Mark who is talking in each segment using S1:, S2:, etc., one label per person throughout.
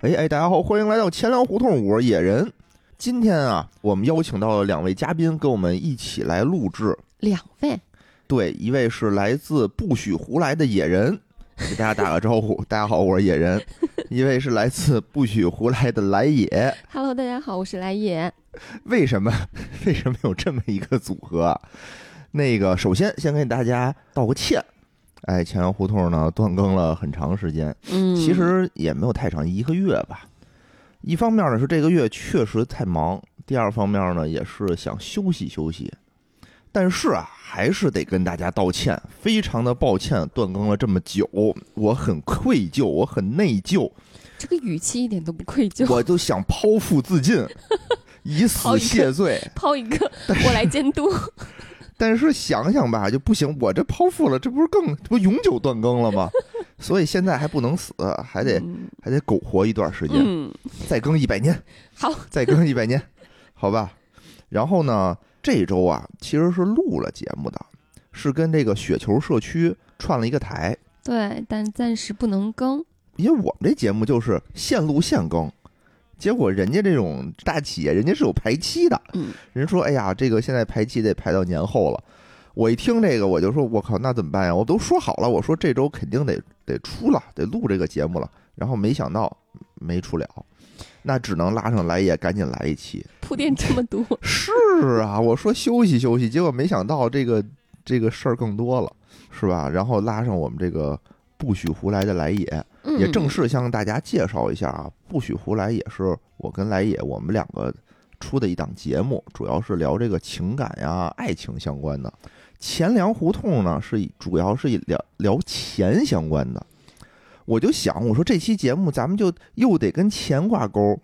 S1: 哎哎，大家好，欢迎来到钱粮胡同，我是野人。今天啊，我们邀请到了两位嘉宾，跟我们一起来录制。
S2: 两位，
S1: 对，一位是来自不许胡来的野人，给大家打个招呼，大 家好，我是野人。一位是来自不许胡来的来也，
S2: ，Hello，大家好，我是来也。
S1: 为什么 为什么有这么一个组合啊？那个，首先先跟大家道个歉。哎，钱粮胡同呢断更了很长时间，
S2: 嗯，
S1: 其实也没有太长，一个月吧。一方面呢是这个月确实太忙，第二方面呢也是想休息休息。但是啊，还是得跟大家道歉，非常的抱歉断更了这么久，我很愧疚，我很内疚，
S2: 这个语气一点都不愧疚，
S1: 我就想剖腹自 尽，以死
S2: 好一个
S1: 谢罪。
S2: 抛一个，我来监 督。
S1: 但是想想吧，就不行，我这剖腹了，这不是更这不永久断更了吗？所以现在还不能死，还得
S2: 嗯
S1: 还得苟活一段时间，
S2: 嗯，
S1: 再更一百年。
S2: 好，
S1: 再更一百年，好吧。然后呢，这周啊其实是录了节目的，是跟这个雪球社区串了一个台，
S2: 对，但暂时不能更。
S1: 因为我们这节目就是现录现更。结果人家这种大企业，人家是有排期的，
S2: 嗯，
S1: 人说哎呀，这个现在排期得排到年后了。我一听这个，我就说我靠，那怎么办呀？我都说好了，我说这周肯定得得出了，得录这个节目了。然后没想到没出了，那只能拉上来也赶紧来一期。
S2: 铺垫这么多，
S1: 是啊，我说休息休息，结果没想到这个这个事儿更多了，是吧？然后拉上我们这个不许胡来的来也，
S2: 嗯
S1: 也正式向大家介绍一下啊，不许胡来也是我跟来也我们两个出的一档节目，主要是聊这个情感呀、爱情相关的。钱粮胡同呢是以主要是以聊聊钱相关的，我就想我说这期节目咱们就又得跟钱挂钩，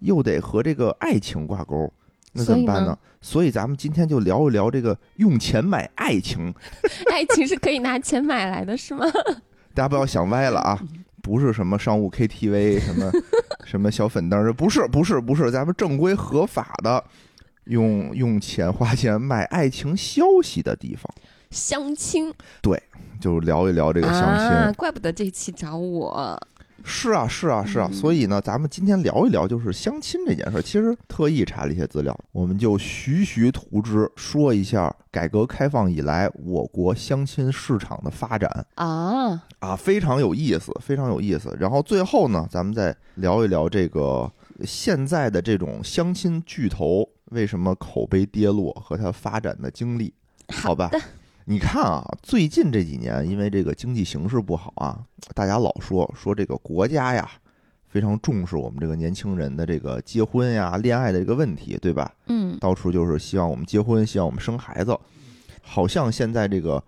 S1: 又得和这个爱情挂钩，那怎么办呢？所以咱们今天就聊一聊这个用钱买爱情，
S2: 爱情是哎可以拿钱买来的，是吗？
S1: 大家不要想歪了啊，
S2: 嗯
S1: 不是什么商务 KTV 什 么什么小粉灯儿，不是不是不是，咱们正规合法的用用钱花钱买爱情消息的地方，
S2: 相亲
S1: 就聊一聊这个相亲。
S2: 啊，怪不得这期找我。
S1: 是啊是啊是啊，
S2: 嗯
S1: 所以呢，咱们今天聊一聊就是相亲这件事儿。其实特意查了一些资料，我们就徐徐图之说一下改革开放以来我国相亲市场的发展。
S2: 啊，
S1: 啊，非常有意思，非常有意思。然后最后呢，咱们再聊一聊这个现在的这种相亲巨头为什么口碑跌落和它发展的经历，好吧？你看啊，最近这几年，因为这个经济形势不好啊，大家老说说这个国家呀，非常重视我们这个年轻人的这个结婚呀、恋爱的这个问题，对吧？
S2: 嗯，
S1: 到处就是希望我们结婚，希望我们生孩子，好像现在这个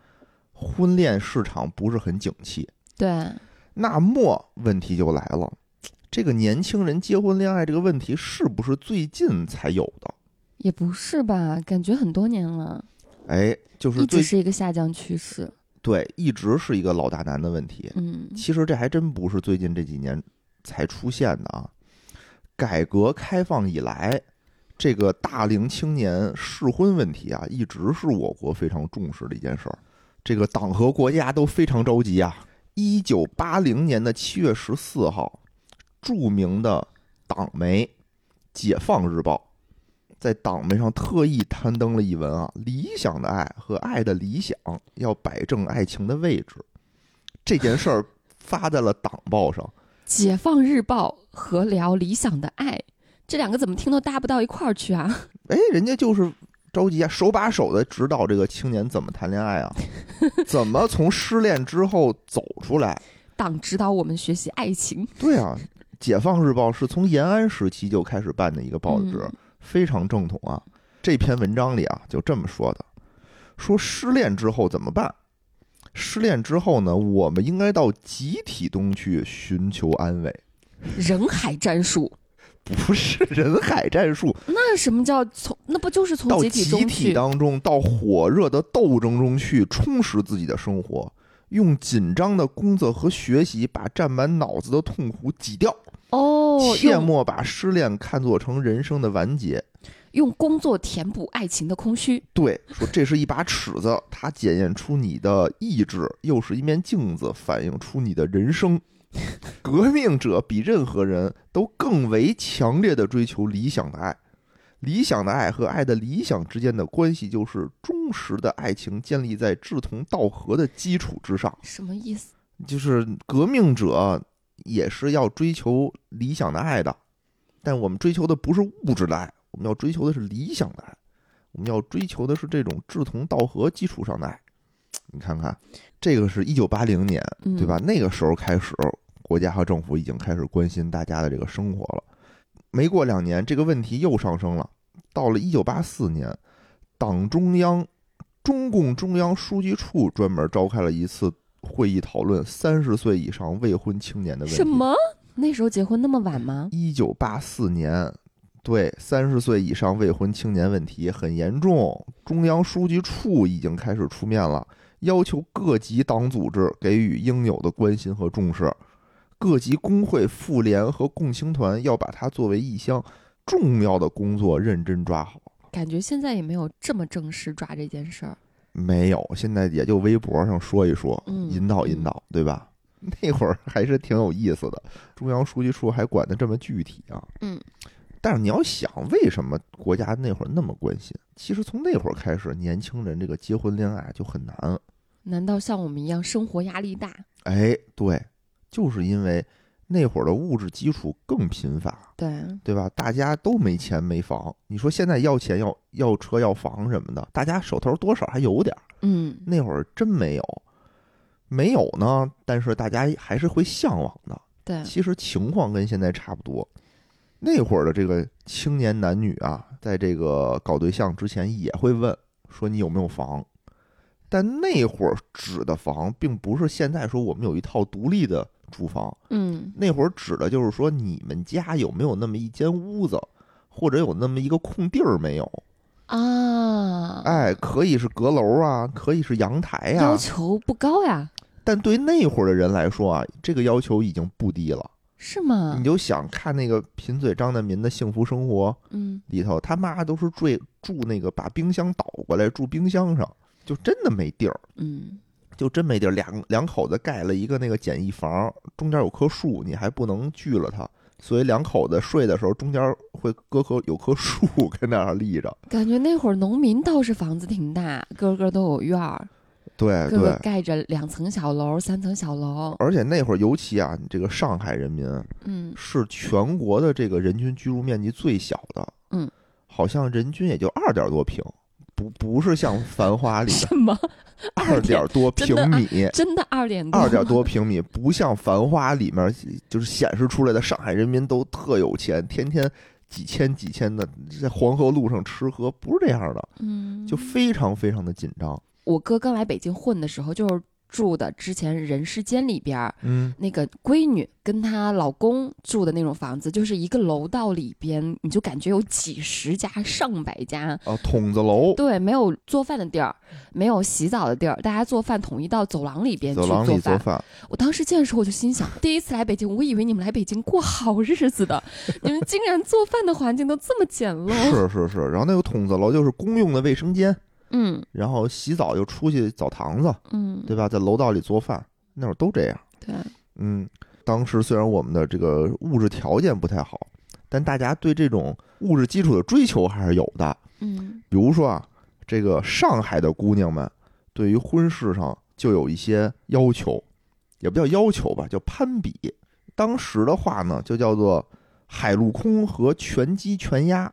S1: 婚恋市场不是很景气。
S2: 对，
S1: 那么问题就来了，这个年轻人结婚恋爱这个问题是不是最近才有的？
S2: 也不是吧，感觉很多年了，
S1: 哎，就是
S2: 一
S1: 最
S2: 直是一个下降趋势。
S1: 对，一直是一个老大难的问题。
S2: 嗯，
S1: 其实这还真不是最近这几年才出现的啊。改革开放以来，这个大龄青年适婚问题啊，一直是我国非常重视的一件事儿。这个党和国家都非常着急啊。一九八零年的七月十四号，著名的党媒《解放日报》在党媒上特意刊登了一文啊，《理想的爱和爱的理想要摆正爱情的位置》这件事儿发在了党报上。
S2: 《解放日报》和聊理想的爱这两个怎么听都搭不到一块儿去啊！
S1: 哎，人家就是着急啊，手把手的指导这个青年怎么谈恋爱啊，怎么从失恋之后走出来。
S2: 党指导我们学习爱情，
S1: 对啊，《解放日报》是从延安时期就开始办的一个报纸，
S2: 嗯
S1: 非常正统啊。这篇文章里啊，就这么说的：说失恋之后怎么办？失恋之后呢，我们应该到集体中去寻求安慰，
S2: 人海战术。
S1: 不是人海战术，
S2: 那什么叫从？那不就是从
S1: 到
S2: 集
S1: 集
S2: 中
S1: 体
S2: 去？
S1: 当中，到火热的斗争中去充实自己的生活，用紧张的工作和学习把占满脑子的痛苦挤掉，
S2: 哦，
S1: 切
S2: 用
S1: 莫把失恋看作成人生的完结。
S2: 用工作填补爱情的空虚。
S1: 对，说这是一把尺子，它检验出你的意志，又是一面镜子，反映出你的人生。革命者比任何人都更为强烈的追求理想的爱。理想的爱和爱的理想之间的关系，就是忠实的爱情建立在志同道合的基础之上。
S2: 什么意思？
S1: 就是革命者也是要追求理想的爱的，但我们追求的不是物质的爱，我们要追求的是理想的爱，我们要追求的是这种志同道合基础上的爱。你看看，这个是一九八零年，
S2: 嗯，
S1: 对吧？？那个时候开始，国家和政府已经开始关心大家的这个生活了。没过两年，这个问题又上升了。到了一九八四年，党中央、中共中央书记处专门召开了一次会议，讨论三十岁以上未婚青年的问题。
S2: 什么？那时候结婚那么晚吗？
S1: 一九八四年，对三十岁以上未婚青年问题很严重，中央书记处已经开始出面了，要求各级党组织给予应有的关心和重视，各级工会、妇联和共青团要把它作为一项重要的工作认真抓好。
S2: 感觉现在也没有这么正式抓这件事儿。
S1: 没有，现在也就微博上说一说，
S2: 嗯
S1: 引导引导，对 吧？那会儿还是挺有意思的，中央书记处还管得这么具体啊。
S2: 嗯，
S1: 但是你要想，为什么国家那会儿那么关心？其实从那会儿开始，年轻人这个结婚恋爱就很难。
S2: 难道像我们一样生活压力大？
S1: 哎，对，就是因为那会儿的物质基础更贫乏，
S2: 对，
S1: 对吧？大家都没钱没房，你说现在要钱要要车要房什么的，大家手头多少还有点儿。
S2: 嗯，
S1: 那会儿真没有，没有呢，但是大家还是会向往的。
S2: 对，
S1: 其实情况跟现在差不多。那会儿的这个青年男女啊，在这个搞对象之前也会问说你有没有房，但那会儿指的房并不是现在说我们有一套独立的住房，
S2: 嗯，
S1: 那会儿指的就是说你们家有没有那么一间屋子，或者有那么一个空地儿没有？
S2: 啊，
S1: 哎，可以是阁楼啊，可以是阳台哎呀、
S2: 要求不高呀，
S1: 但对那会儿的人来说啊，这个要求已经不低了。
S2: 是吗
S1: 你？就想看那个贫嘴张大民的幸福生活
S2: 嗯，
S1: 里头，他妈都是住住那个把冰箱倒过来住冰箱上，就真的没地儿，
S2: 嗯，
S1: 就真没地儿。两两口子盖了一个那个简易房，中间有棵树，你还不能锯了它，所以两口子睡的时候中间会搁棵有棵树 跟那儿立着。
S2: 感觉那会儿农民倒是房子挺大，个个都有院儿，
S1: 对
S2: 个
S1: 哎对呃
S2: 个，盖着两层小楼、三层小楼。
S1: 而且那会儿尤其啊，这个上海人民
S2: 嗯，
S1: 是全国的这个人均居住面积最小的，
S2: 嗯，
S1: 好像人均也就二点多平，不不是像《繁花》 里的
S2: 什么？
S1: 二点多平米，
S2: 真的啊二点多？
S1: 哎 二点多平米，不像《繁花》里面就是显示出来的上海人民都特有钱，天天几千几千的在黄河路上吃喝，不是这样的，
S2: 嗯，
S1: 就非常非常的紧张，
S2: 我哥刚来北京混的时候，就是住的之前人世间里边儿
S1: 嗯，
S2: 那个闺女跟她老公住的那种房子，就是一个楼道里边，你就感觉有几十家、上百家。
S1: 啊，筒子楼，
S2: 对，没有做饭的地儿，
S1: 嗯
S2: 没有洗澡的地儿，大家做饭统一到走廊里边去
S1: 走廊里做
S2: 饭。
S1: 饭，
S2: 我当时见的时候，我就心想，第一次来北京，我以为你们来北京过好日子的，你们竟然做饭的环境都这么简 陋。
S1: 是是是，然后那个筒子楼就是公用的卫生间。
S2: 嗯
S1: 然后洗澡又出去澡堂子，
S2: 嗯，
S1: 对吧？在楼道里做饭，那会儿都这样。
S2: 对，
S1: 嗯，当时虽然我们的这个物质条件不太好，但大家对这种物质基础的追求还是有的。
S2: 嗯
S1: 比如说啊，这个上海的姑娘们对于婚事上就有一些要求，也不叫要求吧，叫攀比。当时的话呢，就叫做海陆空和全鸡全鸭。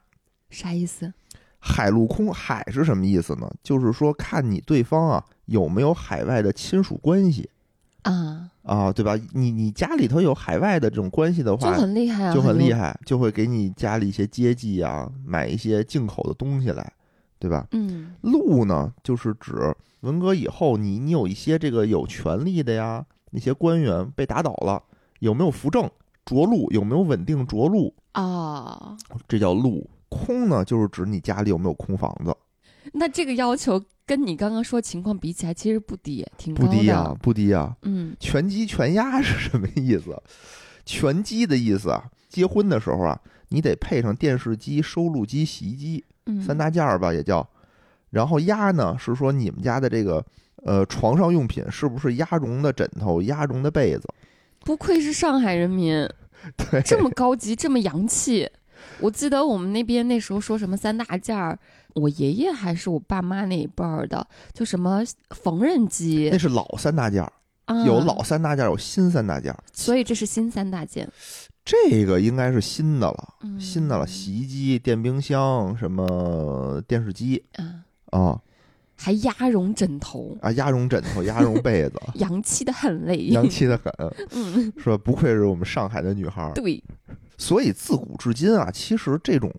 S2: 啥意思？
S1: 海陆空海是什么意思呢？就是说看你对方啊有没有海外的亲属关系
S2: 啊，
S1: 啊，对吧？你你家里头有海外的这种关系的
S2: 就
S1: 话，
S2: 很厉害啊，
S1: 就很厉
S2: 害。
S1: 害，就会给你家里一些接济啊，买一些进口的东西来，对吧？
S2: 嗯
S1: 陆呢，就是指文革以后你你有一些这个有权利的呀，那些官员被打倒了，有没有扶正着陆，有没有稳定着陆，
S2: 哦，
S1: 这叫陆。空呢，就是指你家里有没有空房
S2: 嗯
S1: 子。
S2: 那这个要求跟你刚刚说情况比起来，其实不低，挺高
S1: 不
S2: 的。
S1: 低啊呀、不低呀、
S2: 嗯
S1: 全鸡全鸭是什么意思？全鸡的意思啊，结婚的时候啊，你得配上电视机、收录机、洗衣机
S2: 嗯，
S1: 三大件儿吧，也叫。然后鸭呢，是说你们家的这个呃床上用品是不是鸭绒的枕头、鸭绒的被子？
S2: 不愧是上海人民，
S1: 对，
S2: 这么高级，这么洋气。我记得我们那边那时候说什么三大件儿，我爷爷还是我爸妈那一辈儿的，就什么缝纫机
S1: 那，是老三大件儿，
S2: 啊
S1: 有老三大件儿，有新三大件儿，
S2: 所以这是新三大件，
S1: 这个应该是新的了，
S2: 嗯
S1: 新的了，洗衣机、电冰箱、什么电视机
S2: 啊，
S1: 啊
S2: 还鸭绒枕头，，
S1: 啊，鸭绒枕头、鸭绒被子
S2: 洋气的很嘞。
S1: 洋气的很，
S2: 嗯，
S1: 是吧？不愧是我们上海的女孩儿。
S2: 对，
S1: 所以自古至今啊，其实这种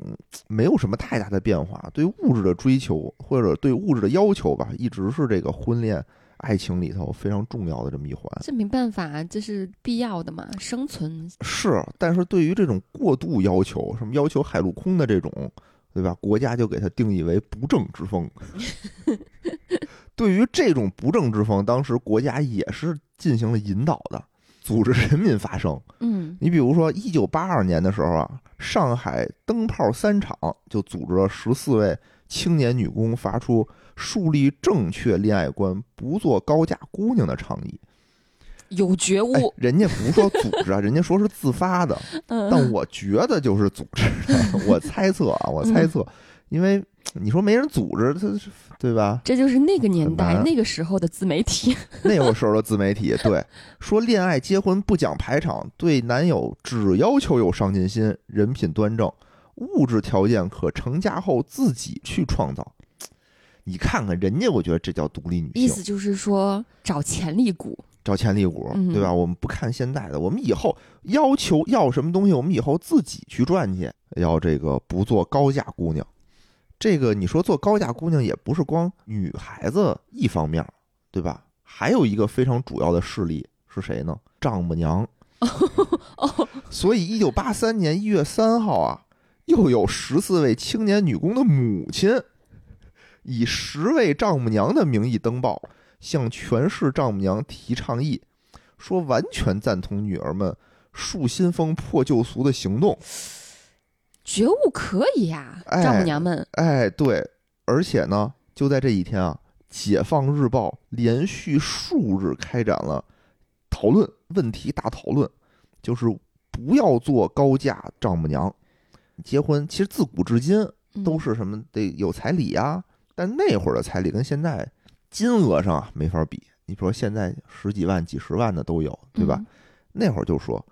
S1: 没有什么太大的变化，对物质的追求或者对物质的要求吧，一直是这个婚恋爱情里头非常重要的这么一环。
S2: 这没办法，这是必要的嘛，生存。
S1: 是，但是对于这种过度要求，什么要求海陆空的这种，对吧？国家就给它定义为不正之 风。对于这种不正之风，当时国家也是进行了引导的，组织人民发声。
S2: 嗯，
S1: 你比如说，一九八二年的时候啊，上海灯泡三厂就组织了十四位青年女工发出树立正确恋爱观、不做高价姑娘的倡议。
S2: 有觉
S1: 哎
S2: 悟，，
S1: 人家不说组织啊，人家说是自发的，哎但
S2: 嗯，
S1: 我觉得就是组织的。我猜测啊，我猜测，因为你说没人组织，他是对吧？
S2: 这就是那个年
S1: 很
S2: 代
S1: 难
S2: 那个时候的自媒 体。
S1: 那会儿时候的自媒体，对，说恋爱结婚不讲排场，对男友只要求有上进心、人品端正，物质条件可成家后自己去创造。你看看人家，我觉得这叫独立女
S2: 意
S1: 性，
S2: 思就是说找潜力股，
S1: 找潜力股，
S2: 嗯
S1: 对吧？我们不看现在的，我们以后要求要什么东西，我们以后自己去赚去，要这个不做高价姑娘。这个你说做高价姑娘也不是光女孩子一方面儿，对吧？还有一个非常主要的势力是谁呢？丈母娘。所以，一九八三年一月三号啊，又有十四位青年女工的母亲，以十位丈母娘的名义登报，向全市丈母娘提倡议，说完全赞同女儿们树新风破旧俗的行动。
S2: 觉悟可以呀、
S1: 哎
S2: 丈母娘们，
S1: 哎，对，而且呢，就在这一天啊，《解放日报》连续数日开展了讨论问题大讨论，就是不要做高价丈母娘。结婚其实自古至今
S2: 嗯
S1: 都是什么得有彩礼啊，但那会儿的彩礼跟现在金额上啊没法比。你比如说现在十几万、几十万的都有，对
S2: 嗯
S1: 吧？？那会儿就说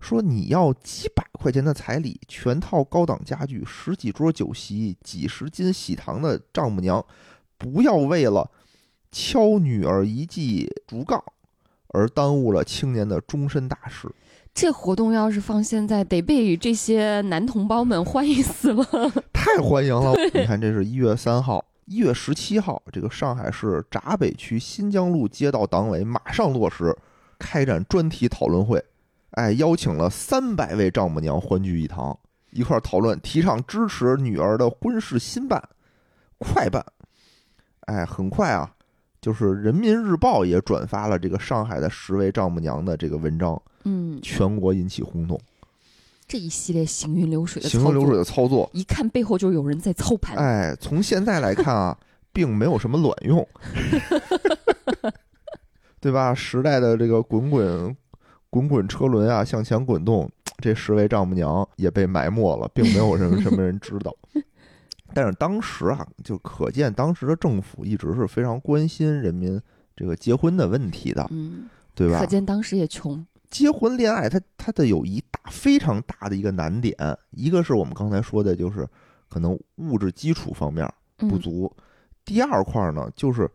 S1: 说你要几百块钱的彩礼，全套高档家具，十几桌酒席，几十斤喜糖的丈母娘，不要为了敲女儿一记竹杠而耽误了青年的终身大事。
S2: 这活动要是放现在，得被这些男同胞们 欢迎死了。
S1: 太欢迎了！你看，这是一月三号、一月十七号，这个上海市闸北区新疆路街道党委马上落实开展专题讨论会，哎，邀请了三百位丈母娘欢聚一堂，一块儿讨论，提倡支持女儿的婚事新办、快办。哎，很快啊，就是《人民日报》也转发了这个上海的十位丈母娘的这个文章，
S2: 嗯，
S1: 全国引起轰动，
S2: 这一系列行云流水的
S1: 行云流
S2: 操
S1: 水
S2: 作，
S1: 的操作。
S2: 一看背后就有人在操盘。
S1: 哎，从现在来看啊， 并没有什么卵 用，对吧？时代的这个滚滚滚滚车轮啊，向前滚动，这十位丈母娘也被埋没了，并没有什么什么人 知道。但是当时啊，就可见当时的政府一直是非常关心人民这个结婚的问题的，
S2: 嗯，
S1: 对吧
S2: 可？见当时也穷。
S1: 结婚恋爱它，它的有一大非常大的一个难点，一个是我们刚才说的，就是可能物质基础方面，
S2: 嗯
S1: 不足。第二块儿呢，就是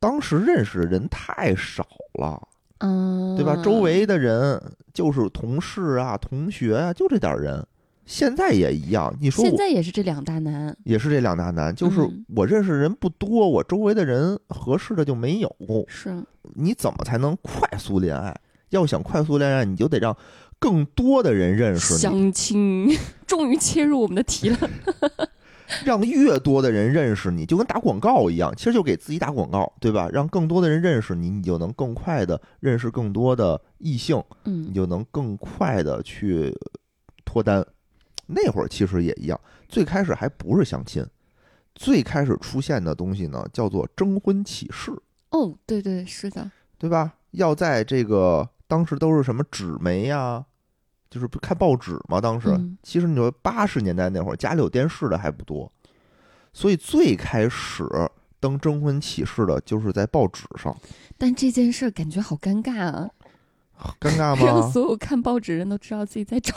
S1: 当时认识的人太少了，
S2: 嗯，
S1: 对吧？周围的人就是同事啊、同学啊，就这点儿人。现在也一样，你说
S2: 现
S1: 我
S2: 在也是这两大难。
S1: 也是这两大难，就是
S2: 嗯
S1: 我认识人不多，我周围的人合适的就没有。
S2: 是，
S1: 你怎么才能快速恋爱？要想快速恋爱，你就得让更多的人认识你，
S2: 相亲 终于切入我们的题了。
S1: 让越多的人认识你，就跟打广告一样，其实就给自己打广告，对吧？让更多的人认识你，你就能更快的认识更多的异性，你
S2: 嗯，
S1: 就能更快的去脱单。那会儿其实也一样，最开始还不是相亲，最开始出现的东西呢，叫做征婚启事，
S2: 哦，对对，是的，
S1: 对吧？要在这个当时都是什么纸媒呀、就是不看报纸嘛。当时、
S2: 嗯
S1: 其实你说八十年代那会儿，家里有电视的还不多，所以最开始登征婚启事的就是在报纸上，
S2: 但这件事儿感觉好尴尬啊，
S1: 尴尬
S2: 让
S1: 吗？
S2: 所有看报纸人都知道自己在找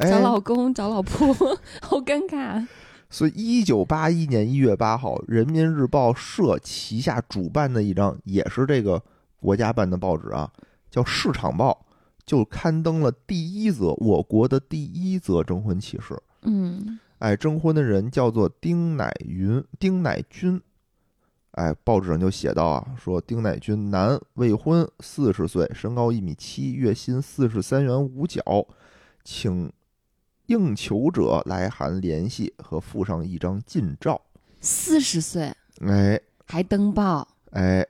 S2: 找
S1: 哎，
S2: 老公、找老婆， 好尴尬。
S1: 所以，一九八一年一月八号，《人民日报》社旗下主办的一张，也是这个国家办的报纸啊，叫《市场报》，就刊登了第一则我国的第一则征婚启事。
S2: 嗯，
S1: 哎，征婚的人叫做丁乃云、丁乃军。哎，报纸上就写到啊，说丁乃军男，未婚，四十岁，身高一米七，月薪四十三元五角，请应求者来函联系和附上一张近照。
S2: 四十岁
S1: 哎
S2: 还登报，
S1: 哎，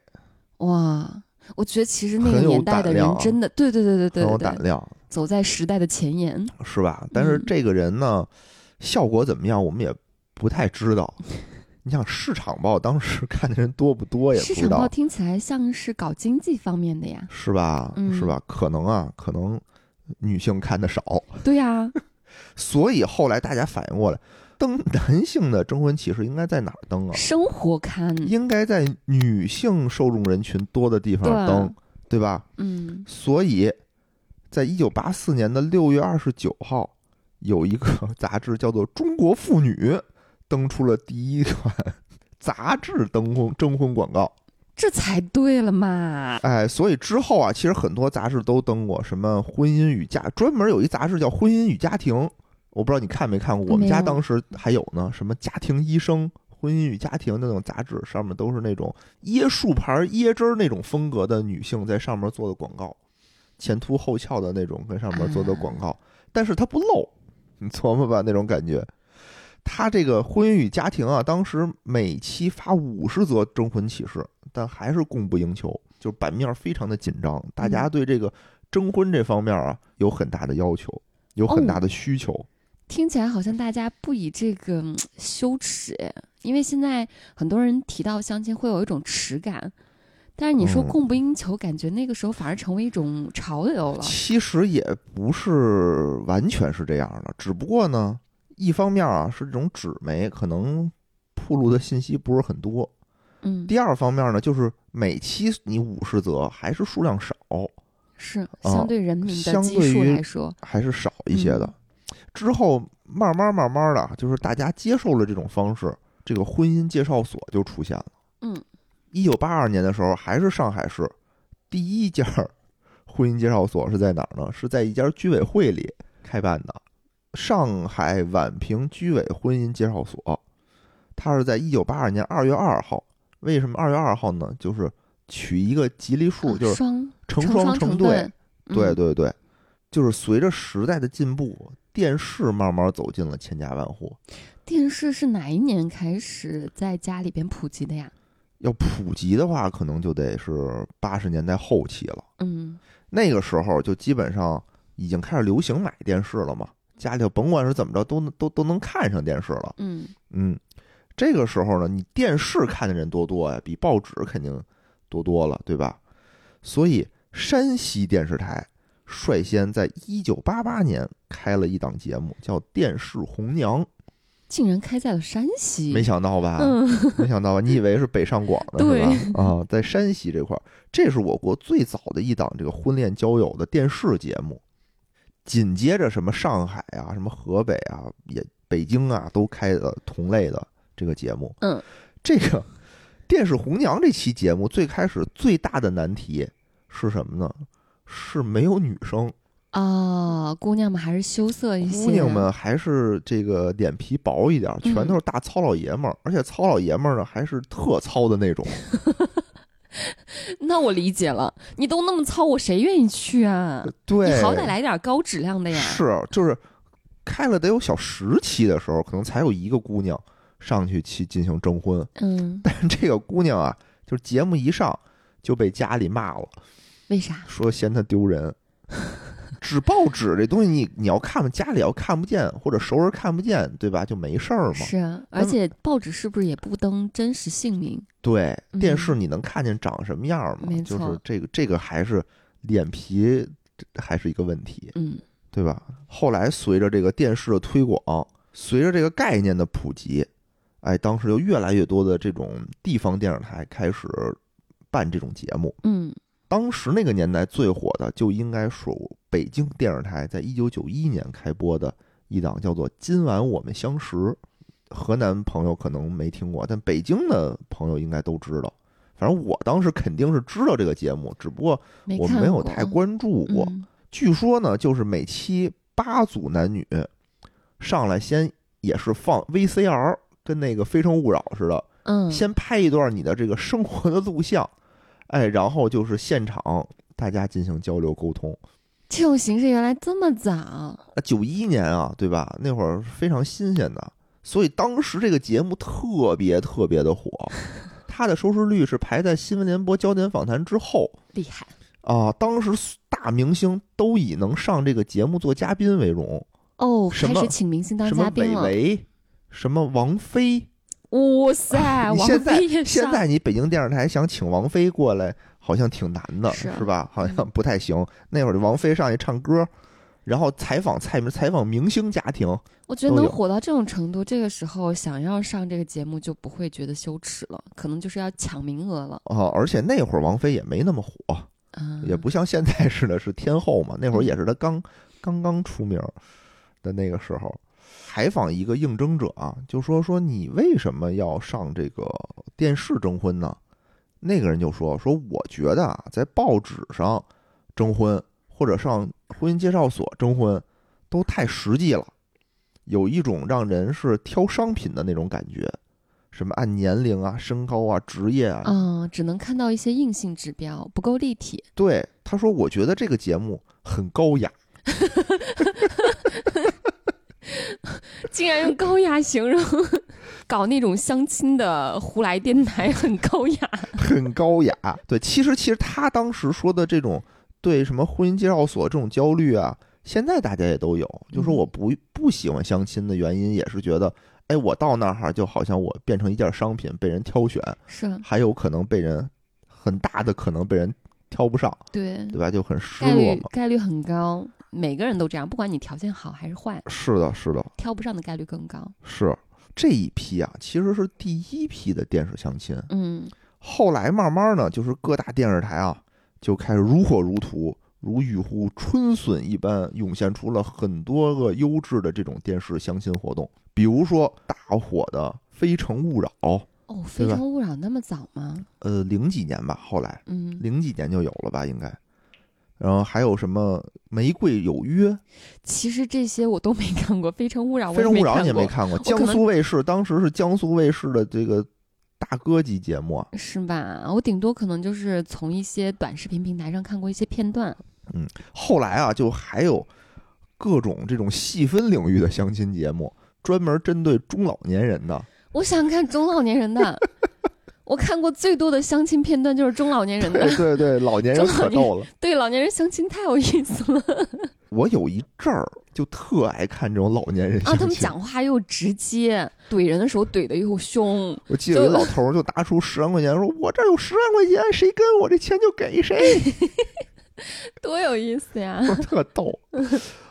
S2: 哇！我觉得其实那个
S1: 很有
S2: 年代的
S1: 胆量
S2: 人
S1: 啊
S2: 真的，对对对
S1: 很
S2: 对
S1: 有
S2: 对
S1: 胆
S2: 对，
S1: 量，
S2: 走在时代的前沿。
S1: 是吧？但是
S2: 嗯
S1: 这个人呢，效果怎么样，我们也不太知道。你想市场报当时看的人多不多也不
S2: 市
S1: 知
S2: 场
S1: 道
S2: 报，听起来像是搞经济方面的 呀，
S1: 是吧？
S2: 嗯
S1: 是吧？可能啊，可能女性看的少，
S2: 对呀、
S1: 所以后来大家反应过来，登男性的征婚启事应该在哪儿登啊？
S2: 生活刊，
S1: 应该在女性受众人群多的地方
S2: 对啊
S1: 登，对吧？
S2: 嗯，
S1: 所以，在一九八四年的六月二十九号，有一个杂志叫做《中国妇女》，登出了第一款杂志登婚征婚广告。
S2: 这才对了嘛。
S1: 哎，所以之后啊，其实很多杂志都登过，什么《婚姻与家》，专门有一杂志叫《婚姻与家庭》，我不知道你看没看过。我们
S2: 没有
S1: 家当时还有呢，什么《家庭医生》《婚姻与家庭》那种杂志，上面都是那种椰树牌、椰汁儿那种风格的女性在上面做的广告，前凸后翘的那种，跟上面做
S2: 啊
S1: 的广告，但是它不露，你琢磨吧，那种感觉。他这个《婚姻与家庭》啊，当时每期发五十则征婚启事，但还是供不应求，就是版面非常的紧张，大家对这个征婚这方面啊有很大的要求，有很大的需求。
S2: 听起来好像大家不以这个嗯羞耻，因为现在很多人提到相亲会有一种耻感，但是你说
S1: 嗯
S2: 供不应求，感觉那个时候反而成为一种潮流了。
S1: 其实也不是完全是这样的，只不过呢，一方面啊是这种纸媒可能铺路的信息不是很多，
S2: 嗯，
S1: 第二方面呢就是每期你五十则还是数量少，
S2: 是
S1: 啊
S2: 相对人民的
S1: 相
S2: 基
S1: 对
S2: 数
S1: 于
S2: 来说，
S1: 还是少一些的。
S2: 嗯
S1: 之后慢慢慢慢的，就是大家接受了这种方式，这个婚姻介绍所就出现了。
S2: 嗯，
S1: 一九八二年的时候，还是上海市第一家儿婚姻介绍所是在哪儿呢？是在一家居委会里开办的，上海宛平居委婚姻介绍所。它是在一九八二年二月二号。为什么二月二号呢？就是取一个吉利数，
S2: 啊
S1: 就是
S2: 双
S1: 成
S2: 双
S1: 双
S2: 成
S1: 对，
S2: 对，
S1: 对
S2: 嗯
S1: 对对，就是随着时代的进步，电视慢慢走进了千家万户。
S2: 电视是哪一年开始在家里边普及的呀？
S1: 要普及的话，可能就得是八十年代后期了。
S2: 嗯，
S1: 那个时候就基本上已经开始流行买电视了嘛，家里头甭管是怎么着，都能都都能看上电视了。
S2: 嗯，
S1: 嗯，这个时候呢，你电视看的人多多呀，比报纸肯定多多了，对吧？所以山西电视台率先在一九八八年开了一档节目，叫《电视红娘》，
S2: 竟然开在了山西，
S1: 没想到啊吧？
S2: 嗯，
S1: 没想到吧？你以为是北上广的
S2: 对
S1: 是吧？啊，在山西这块儿，这是我国最早的一档这个婚恋交友的电视节目。紧接着什么上海啊、什么河北啊、也北京啊，都开了同类的这个节目。
S2: 嗯，
S1: 这个电视红娘这期节目最开始最大的难题是什么呢？是没有女生，
S2: 啊，姑娘们还是羞涩一些，
S1: 姑娘们还是这个脸皮薄一点
S2: 嗯
S1: 儿，全都是大糙老爷们儿，而且糙老爷们儿呢还是特糙的那种。
S2: 那我理解了，你都那么糙，我谁愿意去啊？
S1: 对，
S2: 你好歹来点高质量的呀。
S1: 是，就是开了得有小十期的时候，可能才有一个姑娘上去去进行征婚，
S2: 嗯，
S1: 但是这个姑娘啊，就是节目一上就被家里骂了，
S2: 为啥？
S1: 说嫌她丢人。纸报纸这东西你，你要看嘛，家里要看不见或者熟人看不见，对吧？就没事儿嘛。
S2: 是啊，而且报纸是不是也不登真实姓名？
S1: 对，
S2: 嗯
S1: 电视你能看见长什么样吗？
S2: 没
S1: 就
S2: 错
S1: 是这个这个还是脸皮这还是一个问题，
S2: 嗯
S1: 对吧？后来随着这个电视的推广，随着这个概念的普及，哎，当时有越来越多的这种地方电视台开始办这种节目。
S2: 嗯
S1: 当时那个年代最火的就应该属北京电视台在一九九一年开播的一档叫做《今晚我们相识》，河南朋友可能没听过，但北京的朋友应该都知道。反正我当时肯定是知道这个节目，只不过
S2: 没
S1: 我
S2: 看
S1: 没有
S2: 过
S1: 太关注过。
S2: 嗯
S1: 据说呢，就是每期八组男女上来先也是放 VCR，跟那个《非诚勿扰》似的，
S2: 嗯，
S1: 先拍一段你的这个生活的录像，哎，然后就是现场大家进行交流沟通。
S2: 这种形式原来这么早，
S1: 九一年啊，对吧？那会儿非常新鲜的，所以当时这个节目特别特别的火，它的收视率是排在新闻联播焦点访谈之后
S2: 厉害。
S1: 啊。当时大明星都以能上这个节目做嘉宾为荣，
S2: 哦，
S1: 什
S2: 开
S1: 么
S2: 始请明星当
S1: 什
S2: 嘉
S1: 么
S2: 宾
S1: 韦
S2: 了。
S1: 唯，什么王菲，
S2: 哇塞，
S1: 啊你
S2: 王
S1: 现在
S2: 菲也
S1: 现
S2: 上
S1: 在你北京电视台想请王菲过来，好像挺难的，
S2: 是
S1: 吧？好像
S2: 嗯
S1: 不太行。那会儿王菲上去唱歌，然后采访蔡明，采访明星家庭，
S2: 我觉得
S1: 都
S2: 能
S1: 有
S2: 火到这种程度，这个时候想要上这个节目就不会觉得羞耻了，可能就是要抢名额了。
S1: 啊、而且那会儿王菲也没那么火，
S2: 嗯，
S1: 也不像现在似的是天后嘛。那会儿也是她刚刚刚出名的那个时候，采访一个应征者啊，就说说你为什么要上这个电视征婚呢？那个人就说说我觉得啊，在报纸上征婚或者上婚姻介绍所征婚都太实际了，有一种让人是挑商品的那种感觉，什么按年龄啊、身高啊、职业啊，
S2: 嗯，只能看到一些硬性指标，不够立体。
S1: 对，他说我觉得这个节目很高雅，
S2: 竟然用高雅形容，搞那种相亲的胡来电台很高 雅。
S1: 很高雅。对，其实其实他当时说的这种对什么婚姻介绍所这种焦虑啊，现在大家也都有。就说
S2: 嗯
S1: 我不不喜欢相亲的原因，也是觉得，哎，我到那儿就好像我变成一件商品，被人挑选，
S2: 是，啊
S1: 还有可能被人很大的可能被人挑不上，
S2: 对，
S1: 对吧？就很失
S2: 概
S1: 落
S2: 率
S1: 嘛。
S2: 概率很高，每个人都这样，不管你条件好还是坏，
S1: 是的，是的，
S2: 挑不上的概率更高。
S1: 是这一批啊，其实是第一批的电视相亲。
S2: 嗯
S1: 后来慢慢呢，就是各大电视台啊，就开始如火如荼，如雨后春笋一般涌现出了很多个优质的这种电视相亲活动，比如说大火的《非诚勿扰》，
S2: 哦，《非
S1: 对吧
S2: 诚勿扰》那么早吗？
S1: 呃，零几年吧，后来
S2: 嗯，
S1: 零几年就有了吧，应该。然后还有什么《玫瑰有约》《
S2: 其实这些我都没看过，《非诚勿啊扰》我
S1: 非诚勿扰》，
S2: 看
S1: 你也没
S2: 过，
S1: 看过？
S2: 可
S1: 江
S2: 能
S1: 苏卫视当时是江苏卫视的这个大哥级节目啊，
S2: 是吧？我顶多可能就是从一些短视频平台上看过一些片段。
S1: 后来啊，就还有各种这种细分领域的相亲节目，专门针对中老年人的。
S2: 我想看中老年人 的，我看过最多的相亲片段就是中老年人的
S1: 对。对对，老 年人
S2: 中老
S1: 可
S2: 年
S1: 逗了。
S2: 对老年人相亲太有意思 了啊
S1: 我有一阵儿就特爱看这种老年人
S2: 啊！
S1: 相
S2: 他们
S1: 亲。
S2: 讲话又直接，怼人的时候怼的又凶。
S1: 我记得有一
S2: 就
S1: 老头儿就拿出十万块钱，说：“我这儿有十万块钱，谁跟我这钱就给 谁。
S2: 多有意思呀！”
S1: 特逗。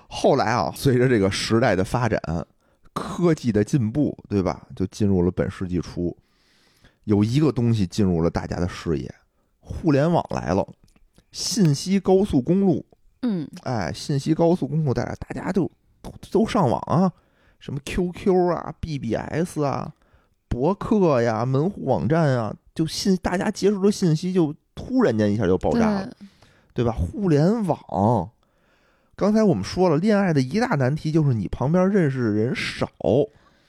S1: 后来啊，随着这个时代的发展，科技的进步，对吧？就进入了本世纪初，有一个东西进入了大家的视野，互联网来了，信息高速公路，
S2: 嗯，
S1: 哎，信息高速公路带来，大家就都都上网啊，什么 QQ 啊、BBS 啊、博客呀、门户网站啊，就信大家接触的信息就突然间一下就爆
S2: 对，
S1: 炸了。对吧？互联网，刚才我们说了，恋爱的一大难题就是你旁边认识的人 少。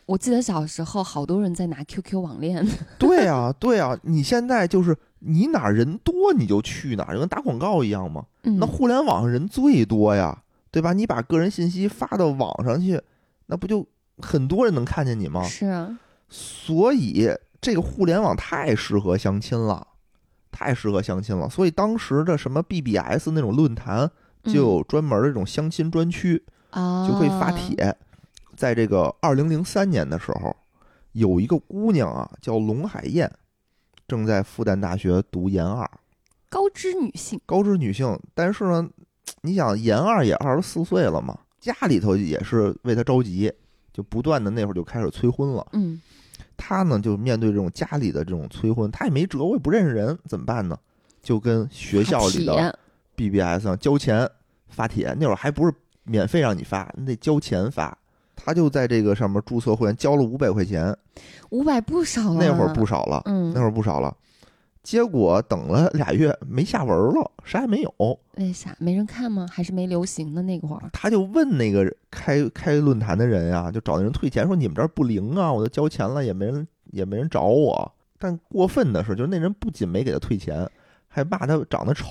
S2: 我记得小时候好多人在拿 QQ 网恋，
S1: 对啊，对啊，你现在就是你哪儿人多你就去哪儿，就跟打广告一样嘛。
S2: 嗯
S1: 那互联网上人最多呀，对吧？你把个人信息发到网上去，那不就很多人能看见你吗？
S2: 是啊
S1: 所以这个互联网太适合相亲了，太适合相亲了。所以当时的什么 BBS 那种论坛，
S2: 嗯
S1: 就有专门的这种相亲专区。
S2: 啊，
S1: 就可以发帖。在这个二零零三年的时候，有一个姑娘啊，叫龙海燕，正在复旦大学读研二。
S2: 高知女性，
S1: 高知女性，但是呢，你想严二也二十四岁了嘛，家里头也是为她着急，就不断的那会儿就开始催婚了。
S2: 嗯
S1: 她呢就面对这种家里的这种催婚，她也没辙，我也不认识人，怎么办呢？就跟学校里
S2: 发
S1: 的
S2: 帖
S1: BBS 上交钱发帖，那会儿还不是免费让你发，你得交钱发。她就在这个上面注册会员，交了五百块钱，
S2: 五百不少了，
S1: 那会儿不，少了，
S2: 嗯
S1: 那，会儿不少了。结果等了俩月没下文了，啥也没有。
S2: 为啥没人看吗？还是没流行的那会儿？
S1: 他就问那个开开论坛的人呀、就找那人退钱，说你们这儿不灵啊，我都交钱了，也没人也没人找我。但过分的是，就是那人不仅没给他退钱，还骂他长得丑。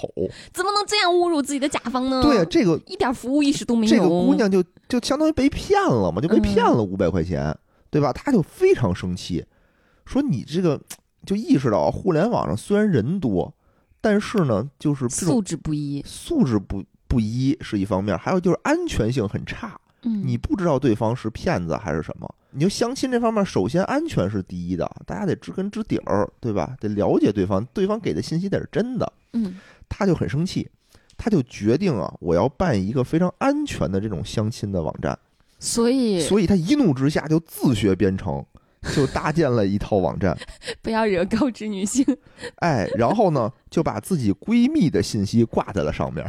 S2: 怎么能这样侮辱自己的甲方呢？
S1: 对啊呀、这个
S2: 一点服务意识都没有。
S1: 这个姑娘就就相当于被骗了嘛，就被骗了五百块钱，对吧？他就非常生气，说你这个就意识到啊互联网上虽然人多，但是呢，就是这种
S2: 素质不一，
S1: 素质不不一是一方面，还有就是安全性很差。
S2: 嗯，
S1: 你不知道对方是骗子还是什么。你就相亲这方面，首先安全是第一的，大家得知根知底儿，对吧？得了解对方，对方给的信息得是真的。
S2: 嗯
S1: 他就很生气，他就决定啊，我要办一个非常安全的这种相亲的网站。，
S2: 所以
S1: 所以他一怒之下就自学编 程，就搭建了一套网站。
S2: 不要惹高知女性。
S1: 哎，然后呢，就把自己闺蜜的信息挂在了上面。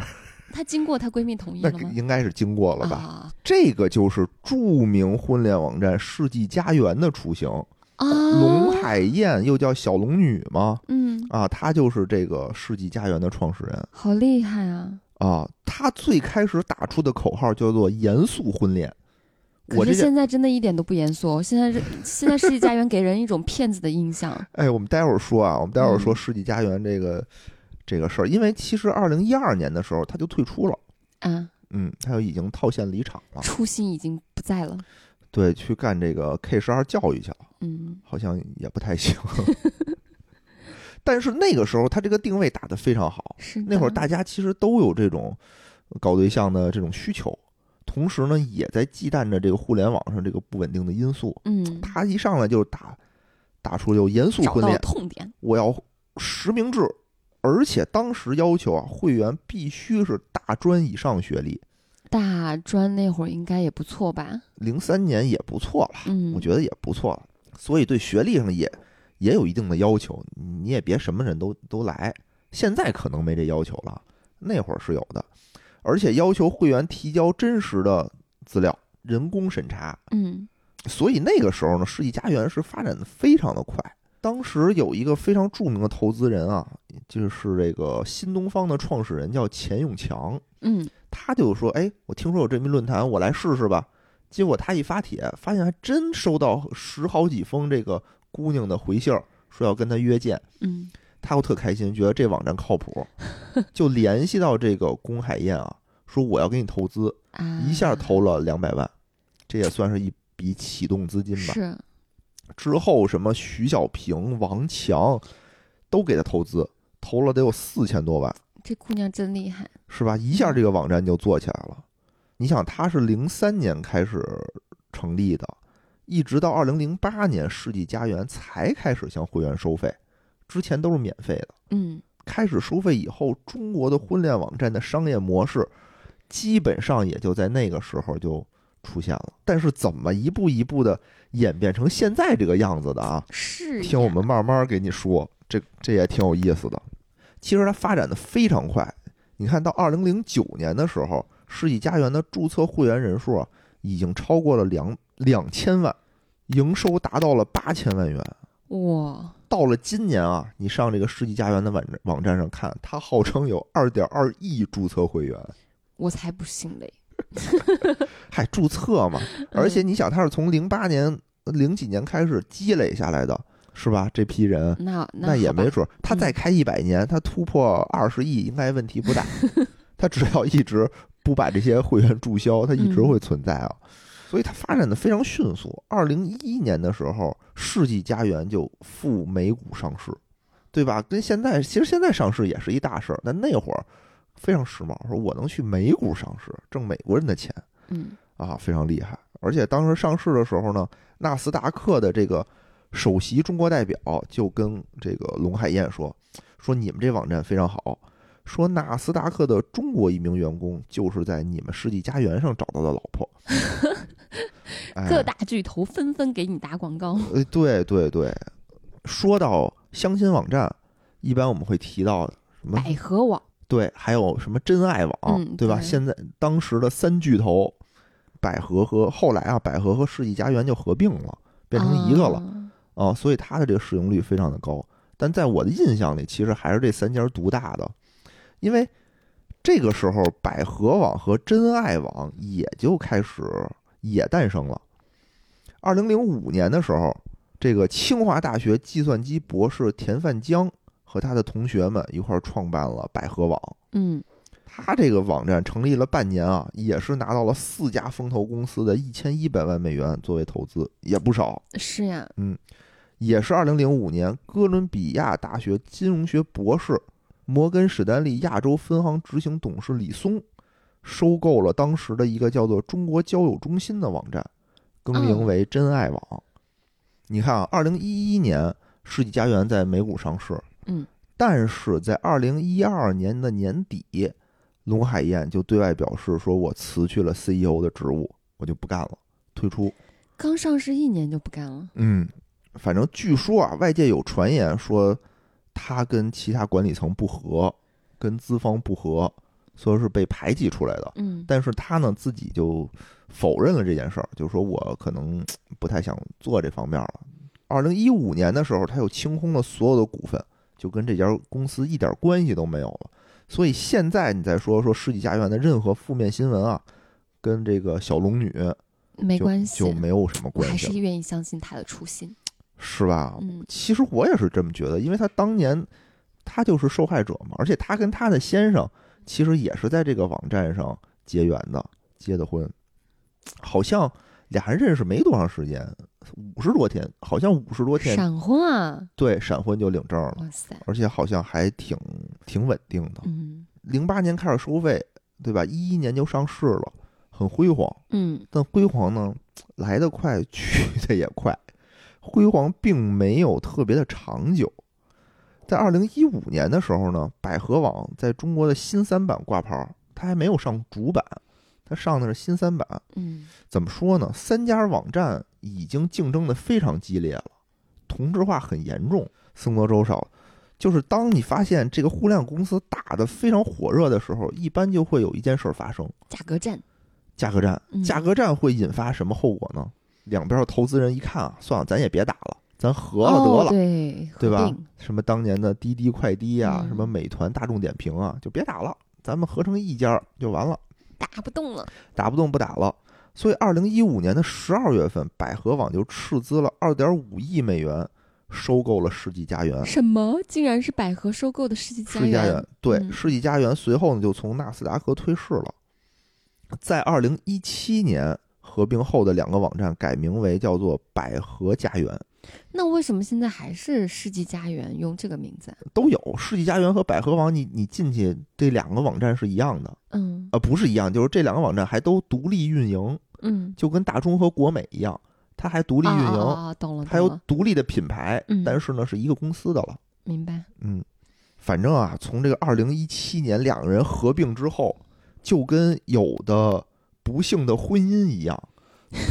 S2: 她经过她闺蜜同意
S1: 那
S2: 了吗？
S1: 应该是经过了吧？
S2: 啊
S1: 这个就是著名婚恋网站世纪佳缘的雏形。
S2: 啊，
S1: 龙海燕又叫小龙女嘛，
S2: 嗯，
S1: 啊，她就是这个世纪佳缘的创始人
S2: 好厉害啊！
S1: 啊。她最开始打出的口号叫做“严肃婚恋”，我
S2: 可
S1: 这
S2: 是
S1: 件
S2: 现在真的一点都不严肃，哦现在是现在世纪佳缘给人一种骗子的印象。啊
S1: 哎，我们待会儿说啊，我们待会儿说
S2: 嗯
S1: 世纪佳缘这个、这个事儿，因为其实二零一二年的时候她就退出了，
S2: 啊，
S1: 嗯，她就已经套现离场了，
S2: 初心已经不在了。
S1: 对，去干这个 K 十二教育去了，
S2: 嗯，
S1: 好像也不太行。 但是那个时候她这个定位打得非常好，
S2: 是
S1: 那会儿
S2: 的
S1: 大家其实都有这种搞对象的这种需求，同时呢，也在忌惮着这个互联网上这个不稳定的因素。
S2: 嗯，
S1: 他一上来就打打出有严肃
S2: 找
S1: 婚
S2: 到了
S1: 恋，
S2: 痛点。
S1: 我要实名制，而且当时要求啊，会员必须是大专以上学历，
S2: 大专那会儿应该也不错吧？
S1: 零三年也不错了，
S2: 嗯，
S1: 我觉得也不错了，所以对学历上也也有一定的要求，你也别什么人都都来。现在可能没这要求了，那会儿是有的，而且要求会员提交真实的资料，人工审查。
S2: 嗯，
S1: 所以那个时候呢，世纪佳缘是发展的非常的快。当时有一个非常著名的投资人啊，就是这个新东方的创始人叫钱永强，
S2: 嗯，
S1: 他就说：“哎，我听说有这么一论坛，我来试试吧。”结果他一发帖，发现还真收到十好几封这个姑娘的回信儿，说要跟他约见。
S2: 嗯，
S1: 他又特开心，觉得这网站靠谱，就联系到这个龚海燕啊，说我要给你投资，
S2: 啊，
S1: 一下投了两百万，这也算是一笔启动资金吧。
S2: 是，
S1: 之后什么徐小平、王强都给他投资，投了得有四千多万。
S2: 这姑娘真厉害。
S1: 是吧？一下这个网站就做起来了。你想，它是零三年开始成立的，一直到二零零八年世纪佳缘才开始向会员收费，之前都是免费的。
S2: 嗯，
S1: 开始收费以后，中国的婚恋网站的商业模式基本上也就在那个时候就出现了。但是怎么一步一步的演变成现在这个样子的啊？
S2: 是
S1: 听
S2: 呀
S1: 我们慢慢给你说，这这也挺有意思的。其实它发展的非常快，你看到二零零九年的时候，世纪佳缘的注册会员人数啊，已经超过了两两千万，营收达到了八千万元。
S2: 哇，
S1: 到了今年啊，你上这个世纪佳缘的网站网站上看，它号称有二点二亿注册会员，
S2: 我才不信嘞。
S1: 还注册嘛？
S2: 嗯
S1: 而且你想，它是从零八年零几年开始积累下来的，是吧？这批人，
S2: 那
S1: 那也
S2: 好吧嗯
S1: 没准儿，他再开一百年，他突破二十亿应该问题不 大。他只要一直不把这些会员注销，他一直
S2: 嗯
S1: 会存在啊。所以它发展的非常迅速。二零一一年的时候，世纪佳缘就赴美股上市，对吧？跟现在其实现在上市也是一大事儿，但那会儿非常时髦，说我能去美股上市，挣美国人的钱。
S2: 嗯，
S1: 啊，非常厉害。而且当时上市的时候呢，纳斯达克的这个首席中国代表就跟这个龙海燕说，说你们这网站非常好，说纳斯达克的中国一名员工就是在你们世纪佳缘上找到的老 婆。哎
S2: 各大巨头纷纷给你打广告。
S1: 呃，对对对，说到相亲网站，一般我们会提到什么？
S2: 百合网，
S1: 对，还有什么真爱网，
S2: 嗯
S1: 对吧？
S2: 对
S1: 现在当时的三巨头，百合和后来啊，百合和世纪佳缘就合并了，变成一个了
S2: 啊
S1: 啊、所以它的这个使用率非常的高。但在我的印象里，其实还是这三家独大的，因为这个时候百合网和真爱网也就开始也诞生了。二零零五年的时候，这个清华大学计算机博士田范江和他的同学们一块儿创办了百合网。
S2: 嗯，
S1: 他这个网站成立了半年啊，也是拿到了四家风投公司的一千一百万美元作为投资，也不少。
S2: 是呀，
S1: 也是二零零五年哥伦比亚大学金融学博士、摩根史丹利亚洲分行执行董事李松收购了当时的一个叫做“中国交友中心”的网站，更名为真爱网。你看啊，二零一一年世纪佳缘在美股上市，
S2: 嗯，
S1: 但是在二零一二年的年底，龙海燕就对外表示说：“我辞去了 CEO 的职务，我就不干了，退出。”
S2: 刚上市一年就不干了。
S1: 嗯，反正据说啊，外界有传言说他跟其他管理层不和，跟资方不和，所以是被排挤出来的。
S2: 嗯，
S1: 但是他呢自己就否认了这件事儿，就是说我可能不太想做这方面了。二零一五年的时候，他又清空了所有的股份，就跟这家公司一点关系都没有了。所以现在你再说说世纪佳缘的任何负面新闻啊，跟这个小龙女
S2: 没
S1: 就
S2: 关系，
S1: 就没有什么
S2: 我
S1: 关
S2: 还
S1: 系了
S2: 是愿意相信他的初心。
S1: 是吧？
S2: 嗯
S1: 其实我也是这么觉得，因为他当年他就是受害者嘛，而且他跟他的先生其实也是在这个网站上结缘的，结的婚，好像俩人认识没多长时间，五十多天，好像五十多天，
S2: 闪婚啊！
S1: 对，闪婚就领证了，
S2: 哇塞，
S1: 而且好像还挺挺稳定的。
S2: 嗯
S1: 零八年开始收费，对吧？一一年就上市了，很辉煌。
S2: 嗯，
S1: 但辉煌呢，来得快，去得也快。辉煌并没有特别的长久。在二零一五年的时候呢，百合网在中国的新三板挂牌，它还没有上主板，它上的是新三板。
S2: 嗯，
S1: 怎么说呢？三家网站已经竞争的非常激烈了，同质化很严重，僧多粥少。就是当你发现这个互联网公司打得非常火热的时候，一般就会有一件事儿发生。
S2: 价格战，
S1: 价格战
S2: 嗯，
S1: 价格战会引发什么后果呢？两边的投资人一看啊，算了，咱也别打了，咱和了得了，
S2: 哦对
S1: 对吧
S2: 合并
S1: 什么当年的滴滴快滴呀、
S2: 嗯
S1: 什么美团大众点评啊，就别打了，咱们合成一家儿就完了，
S2: 打不动了。
S1: 打不动不打了。所以，二零一五年的十二月份，百合网就斥资了二点五亿美元收购了世纪佳缘。
S2: 什么？竟然是百合收购的世纪
S1: 嗯世纪佳缘
S2: 缘？
S1: 对，
S2: 嗯
S1: 世纪佳缘随后呢就从纳斯达克退市了，在二零一七年合并后的两个网站改名为叫做百合家园，
S2: 那为什么现在还是世纪佳缘用这个名字啊？
S1: 都有世纪佳缘和百合网，你你进去这两个网站是一样的，
S2: 嗯
S1: 呃，不是一样，就是这两个网站还都独立运营，
S2: 嗯，
S1: 就跟大中和国美一样，它还独
S2: 独
S1: 立运
S2: 啊
S1: 营，
S2: 啊啊懂了，
S1: 还
S2: 懂
S1: 有
S2: 了
S1: 独立的品牌
S2: 嗯，
S1: 但是呢是一个公司的了。
S2: 明白。
S1: 嗯，反正啊，从这个二零一七年两个人合并之后，就跟有的不幸的婚姻一样，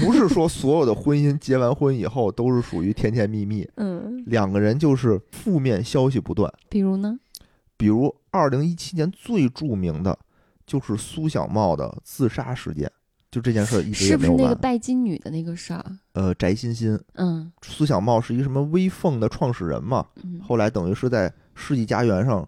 S1: 不是说所有的婚姻结完婚以后都是属于甜甜蜜蜜，
S2: 嗯，
S1: 两个人就是负面消息不断。
S2: 比如呢？
S1: 比如二零一七年最著名的就是苏小茂的自杀事件，就这件事儿一直
S2: 是
S1: 也
S2: 不
S1: 没
S2: 是
S1: 有
S2: 那
S1: 完
S2: 个。拜金女的那个事儿？啊
S1: 呃，翟欣欣，
S2: 嗯
S1: 苏小茂是一什么微凤的创始人嘛？
S2: 嗯，
S1: 后来等于是在世纪佳缘上，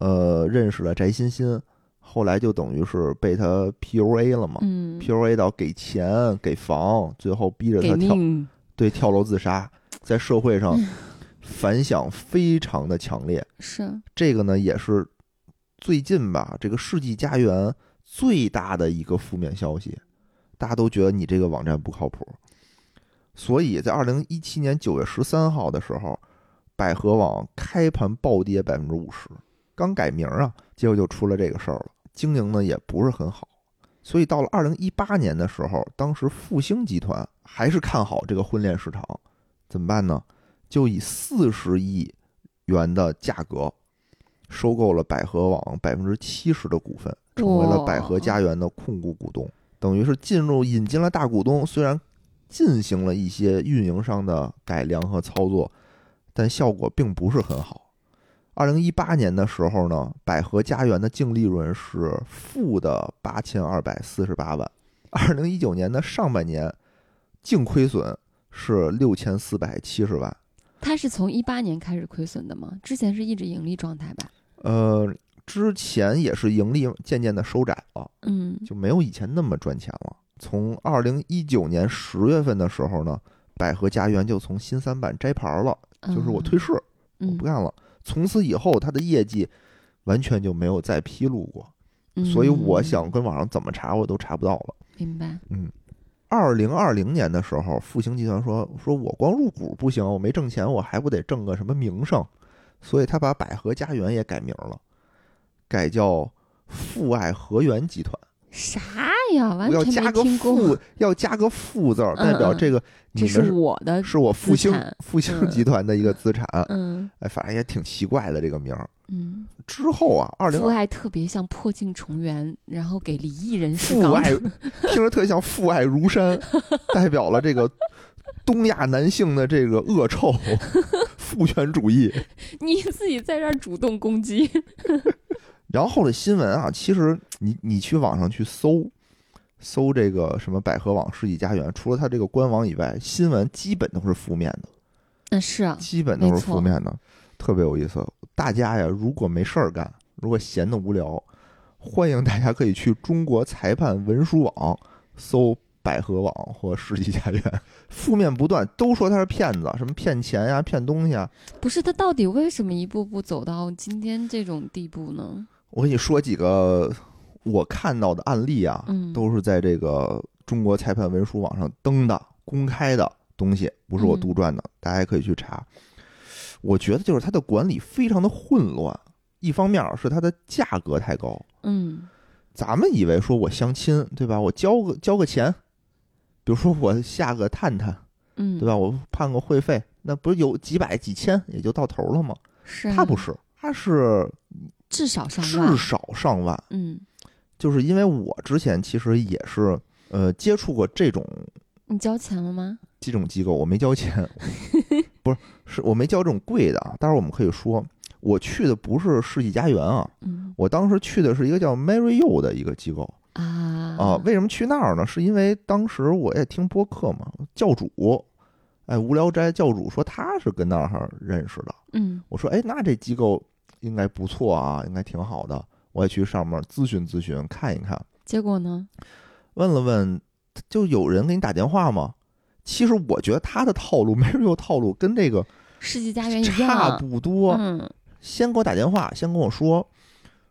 S1: 呃，认识了翟欣欣，后来就等于是被他 PUA 了嘛、
S2: 嗯，
S1: p u a 到给钱给房，最后逼着
S2: 给
S1: 他跳，
S2: 命。嗯
S1: 对，跳楼自杀，在社会上反响非常的强烈。
S2: 是，
S1: 这个呢，也是最近吧，这个世纪佳缘最大的一个负面消息，大家都觉得你这个网站不靠谱。所以在二零一七年九月十三号的时候，百合网开盘暴跌百分之五十，刚改名啊，结果就出了这个事儿了，经营呢也不是很好。所以到了二零一八年的时候，当时复兴集团还是看好这个婚恋市场，怎么办呢？就以四十亿元的价格收购了百合网百分之七十的股份，成为了百合家园的控股股东，等于是进入引进了大股东。虽然进行了一些运营上的改良和操作，但效果并不是很好。二零一八年的时候呢，百合家园的净利润是负的八千二百四十八万。二零一九年的上半年，净亏损是六千四百七十万。
S2: 它是从一八年开始亏损的吗？之前是一直盈利状态吧？
S1: 呃，之前也是盈利渐渐的收窄了，
S2: 嗯，
S1: 就没有以前那么赚钱了。从二零一九年十月份的时候呢，百合家园就从新三板摘牌了，就是我退市，
S2: 嗯，
S1: 我不干了。从此以后，它的业绩完全就没有再披露过，
S2: 嗯，
S1: 所以我想跟网上怎么查我都查不到了。
S2: 明白，
S1: 二零二零年的时候，复兴集团说说我光入股不行，我没挣钱，我还不得挣个什么名声，所以他把百合家园也改名了，改叫富爱和园集团。
S2: 啥呀？完
S1: 要
S2: 全
S1: 加
S2: 没
S1: 个
S2: 听过
S1: 富，，要加个富字儿，代表
S2: 嗯嗯
S1: 这个你
S2: 这
S1: 们
S2: 是
S1: 是
S2: 我的，
S1: 是我复兴
S2: 资产
S1: 复兴
S2: 嗯
S1: 集团的一个资产。
S2: 嗯
S1: 哎，反正也挺奇怪的这个名儿。
S2: 嗯，
S1: 之后啊，二零
S2: 父爱特别像破镜重圆，然后给离异人士
S1: 父
S2: 搞
S1: 爱听着特像父爱如山，代表了这个东亚男性的这个恶臭，父权主义。
S2: 你自己在这儿主动攻击，
S1: 然后的新闻啊，其实你你去网上去搜，搜这个什么百合网、世纪家园，除了它这个官网以外，新闻基本都是负面的，
S2: 嗯， 是啊，
S1: 基本都是
S2: 没错
S1: 负面的，特别有意思。大家呀，如果没事儿干，如果闲得无聊，欢迎大家可以去中国裁判文书网搜百合网或世纪家园，负面不断，都说他是骗子，什么骗钱呀、骗东西啊。
S2: 不是他到底为什么一步步走到今天这种地步呢？
S1: 我给你说几个我看到的案例啊，
S2: 嗯
S1: 都是在这个中国裁判文书网上登的公开的东西，不是我杜撰的，大家可以去查。我觉得就是它的管理非常的混乱，一方面是它的价格太高，
S2: 嗯
S1: 咱们以为说我相亲对吧，我交个交个钱，比如说我下个探探
S2: 嗯，
S1: 对吧，我判个会费，那不是有几百几千也就到头了吗？
S2: 是啊
S1: 他不，是，他是
S2: 至少上万
S1: 至，少上万。
S2: 嗯，
S1: 就是因为我之前其实也是呃接触过这种
S2: 你交钱了吗？
S1: 这种机构，我没交钱，不是是我没交这种贵的啊。待会儿我们可以说，我去的不是世纪佳缘啊，
S2: 嗯
S1: 我当时去的是一个叫 Mary You 的一个机构
S2: 啊
S1: 啊。为什么去那儿呢？是因为当时我也听播客嘛，教主，哎，无聊斋教主说他是跟那儿认识的。
S2: 嗯
S1: 我说，哎，那这机构应该不错啊，应该挺好的，我也去上面咨询咨询，看一看。
S2: 结果呢？
S1: 问了问，就有人给你打电话吗？其实我觉得他的套路 Mario 套路跟这个
S2: 世纪佳缘一
S1: 差
S2: 样，
S1: 不多，
S2: 嗯
S1: 先给我打电话，先跟我说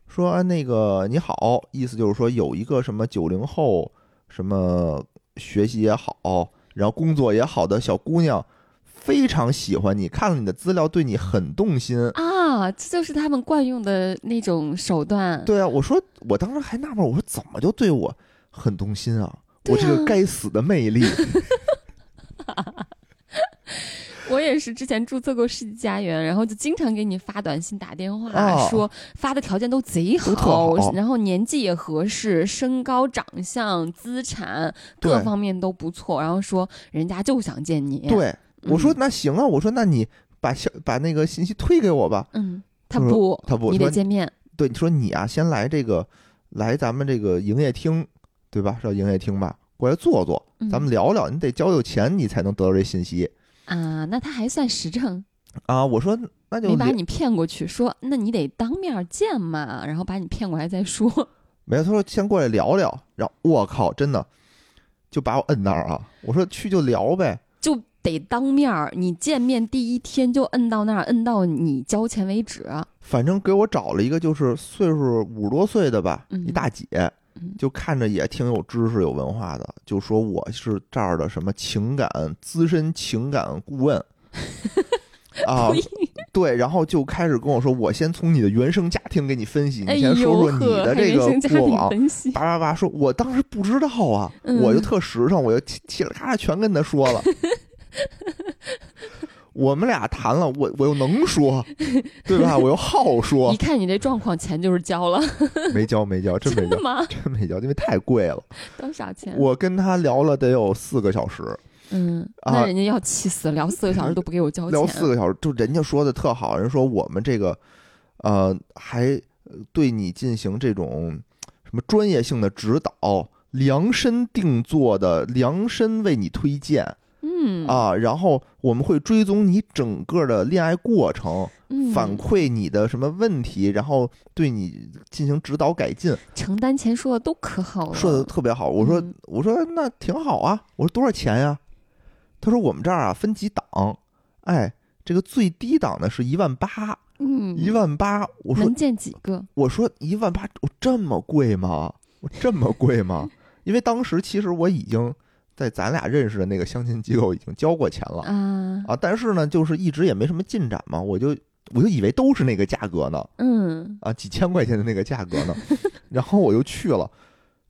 S1: 说啊那个你好，意思就是说有一个什么九零后什么学习也好，然后工作也好的小姑娘，非常喜欢你，看了你的资料，对你很动心。
S2: 啊，这就是他们惯用的那种手段。
S1: 对啊，我说我当时还纳闷，我说怎么就对我很动心啊？我这
S2: 对
S1: 个
S2: 啊
S1: 该死的魅力。
S2: 我也是之前注册过世纪佳缘，然后就经常给你发短信、打电话，
S1: 哦
S2: 说发的条件都贼
S1: 都特好
S2: 然后年纪也合适，身高、长相、资产
S1: 对
S2: 各方面都不错，然后说人家就想见你。，
S1: 对，我说
S2: 嗯
S1: 那行啊，我说那你把消把那个信息推给我吧。
S2: 嗯，他
S1: 他
S2: 不，
S1: 他不
S2: 你
S1: 说
S2: 得见面。
S1: 对，你说你啊，先来这个来咱们这个营业厅，对吧？是叫营业厅吧？过来坐坐，
S2: 嗯
S1: 咱们聊聊。你得交有钱，你才能得到这信息
S2: 啊，那他还算实诚，
S1: 啊。我说那就
S2: 没把
S1: 聊
S2: 你骗过去，说那你得当面见嘛，然后把你骗过来再说。
S1: 没有，他说先过来聊聊。然后我靠，真的就把我摁那儿啊。我说去就聊呗。
S2: 就得当面儿，你见面第一天就摁到那儿，摁到你交钱为止。啊
S1: 反正给我找了一个就是岁数五十多岁的吧，
S2: 嗯
S1: 一大姐
S2: 嗯，
S1: 就看着也挺有知识、有文化的，就说我是这儿的什么情感资深情感顾 问啊，
S2: 呸
S1: 对，然后就开始跟我说，我先从你的原生家庭给你分析，
S2: 哎
S1: 你
S2: 呦
S1: 先说说你
S2: 呵，
S1: 的
S2: 还
S1: 这
S2: 原
S1: 个
S2: 生家
S1: 过
S2: 庭
S1: 往。
S2: 分析，
S1: 叭叭叭，说我当时不知道啊，
S2: 嗯
S1: 我就特实诚，我就嘁嘁哩咔啦全跟他说了。我们俩谈了，我我又能说，对吧？我又好说
S2: 一，看你这状况，钱就是交了，
S1: 没交没交，真没
S2: 真
S1: 交
S2: 的，吗？
S1: 真没交，因为太贵了。
S2: 多少钱？
S1: 我跟他聊了得有四个小时，
S2: 嗯，
S1: 啊
S2: 那人家要气死，聊四个小时都不给我交钱。
S1: 聊四个小时，就人家说的特好，人说我们这个，呃，还呃对你进行这种什么专业性的指导，量身定做的，量身为你推荐
S2: 嗯，
S1: 啊，然后我们会追踪你整个的恋爱过程，
S2: 嗯
S1: 反馈你的什么问题，然后对你进行指导改进，
S2: 承担钱说的都可好了，
S1: 说的特别好。我说
S2: 嗯
S1: 我说那挺好啊，我说多少钱呀、他说我们这儿啊分几档，哎，这个最低档的是一万八，
S2: 嗯，
S1: 一万八。我说
S2: 能见几个？
S1: 我说一万八，我这么贵吗？我这么贵吗？因为当时其实我已经在咱俩认识的那个相亲机构已经交过钱了
S2: 啊，
S1: 啊，但是呢，就是一直也没什么进展嘛，我就我就以为都是那个价格呢。
S2: 嗯，
S1: 啊，几千块钱的那个价格呢，然后我就去了，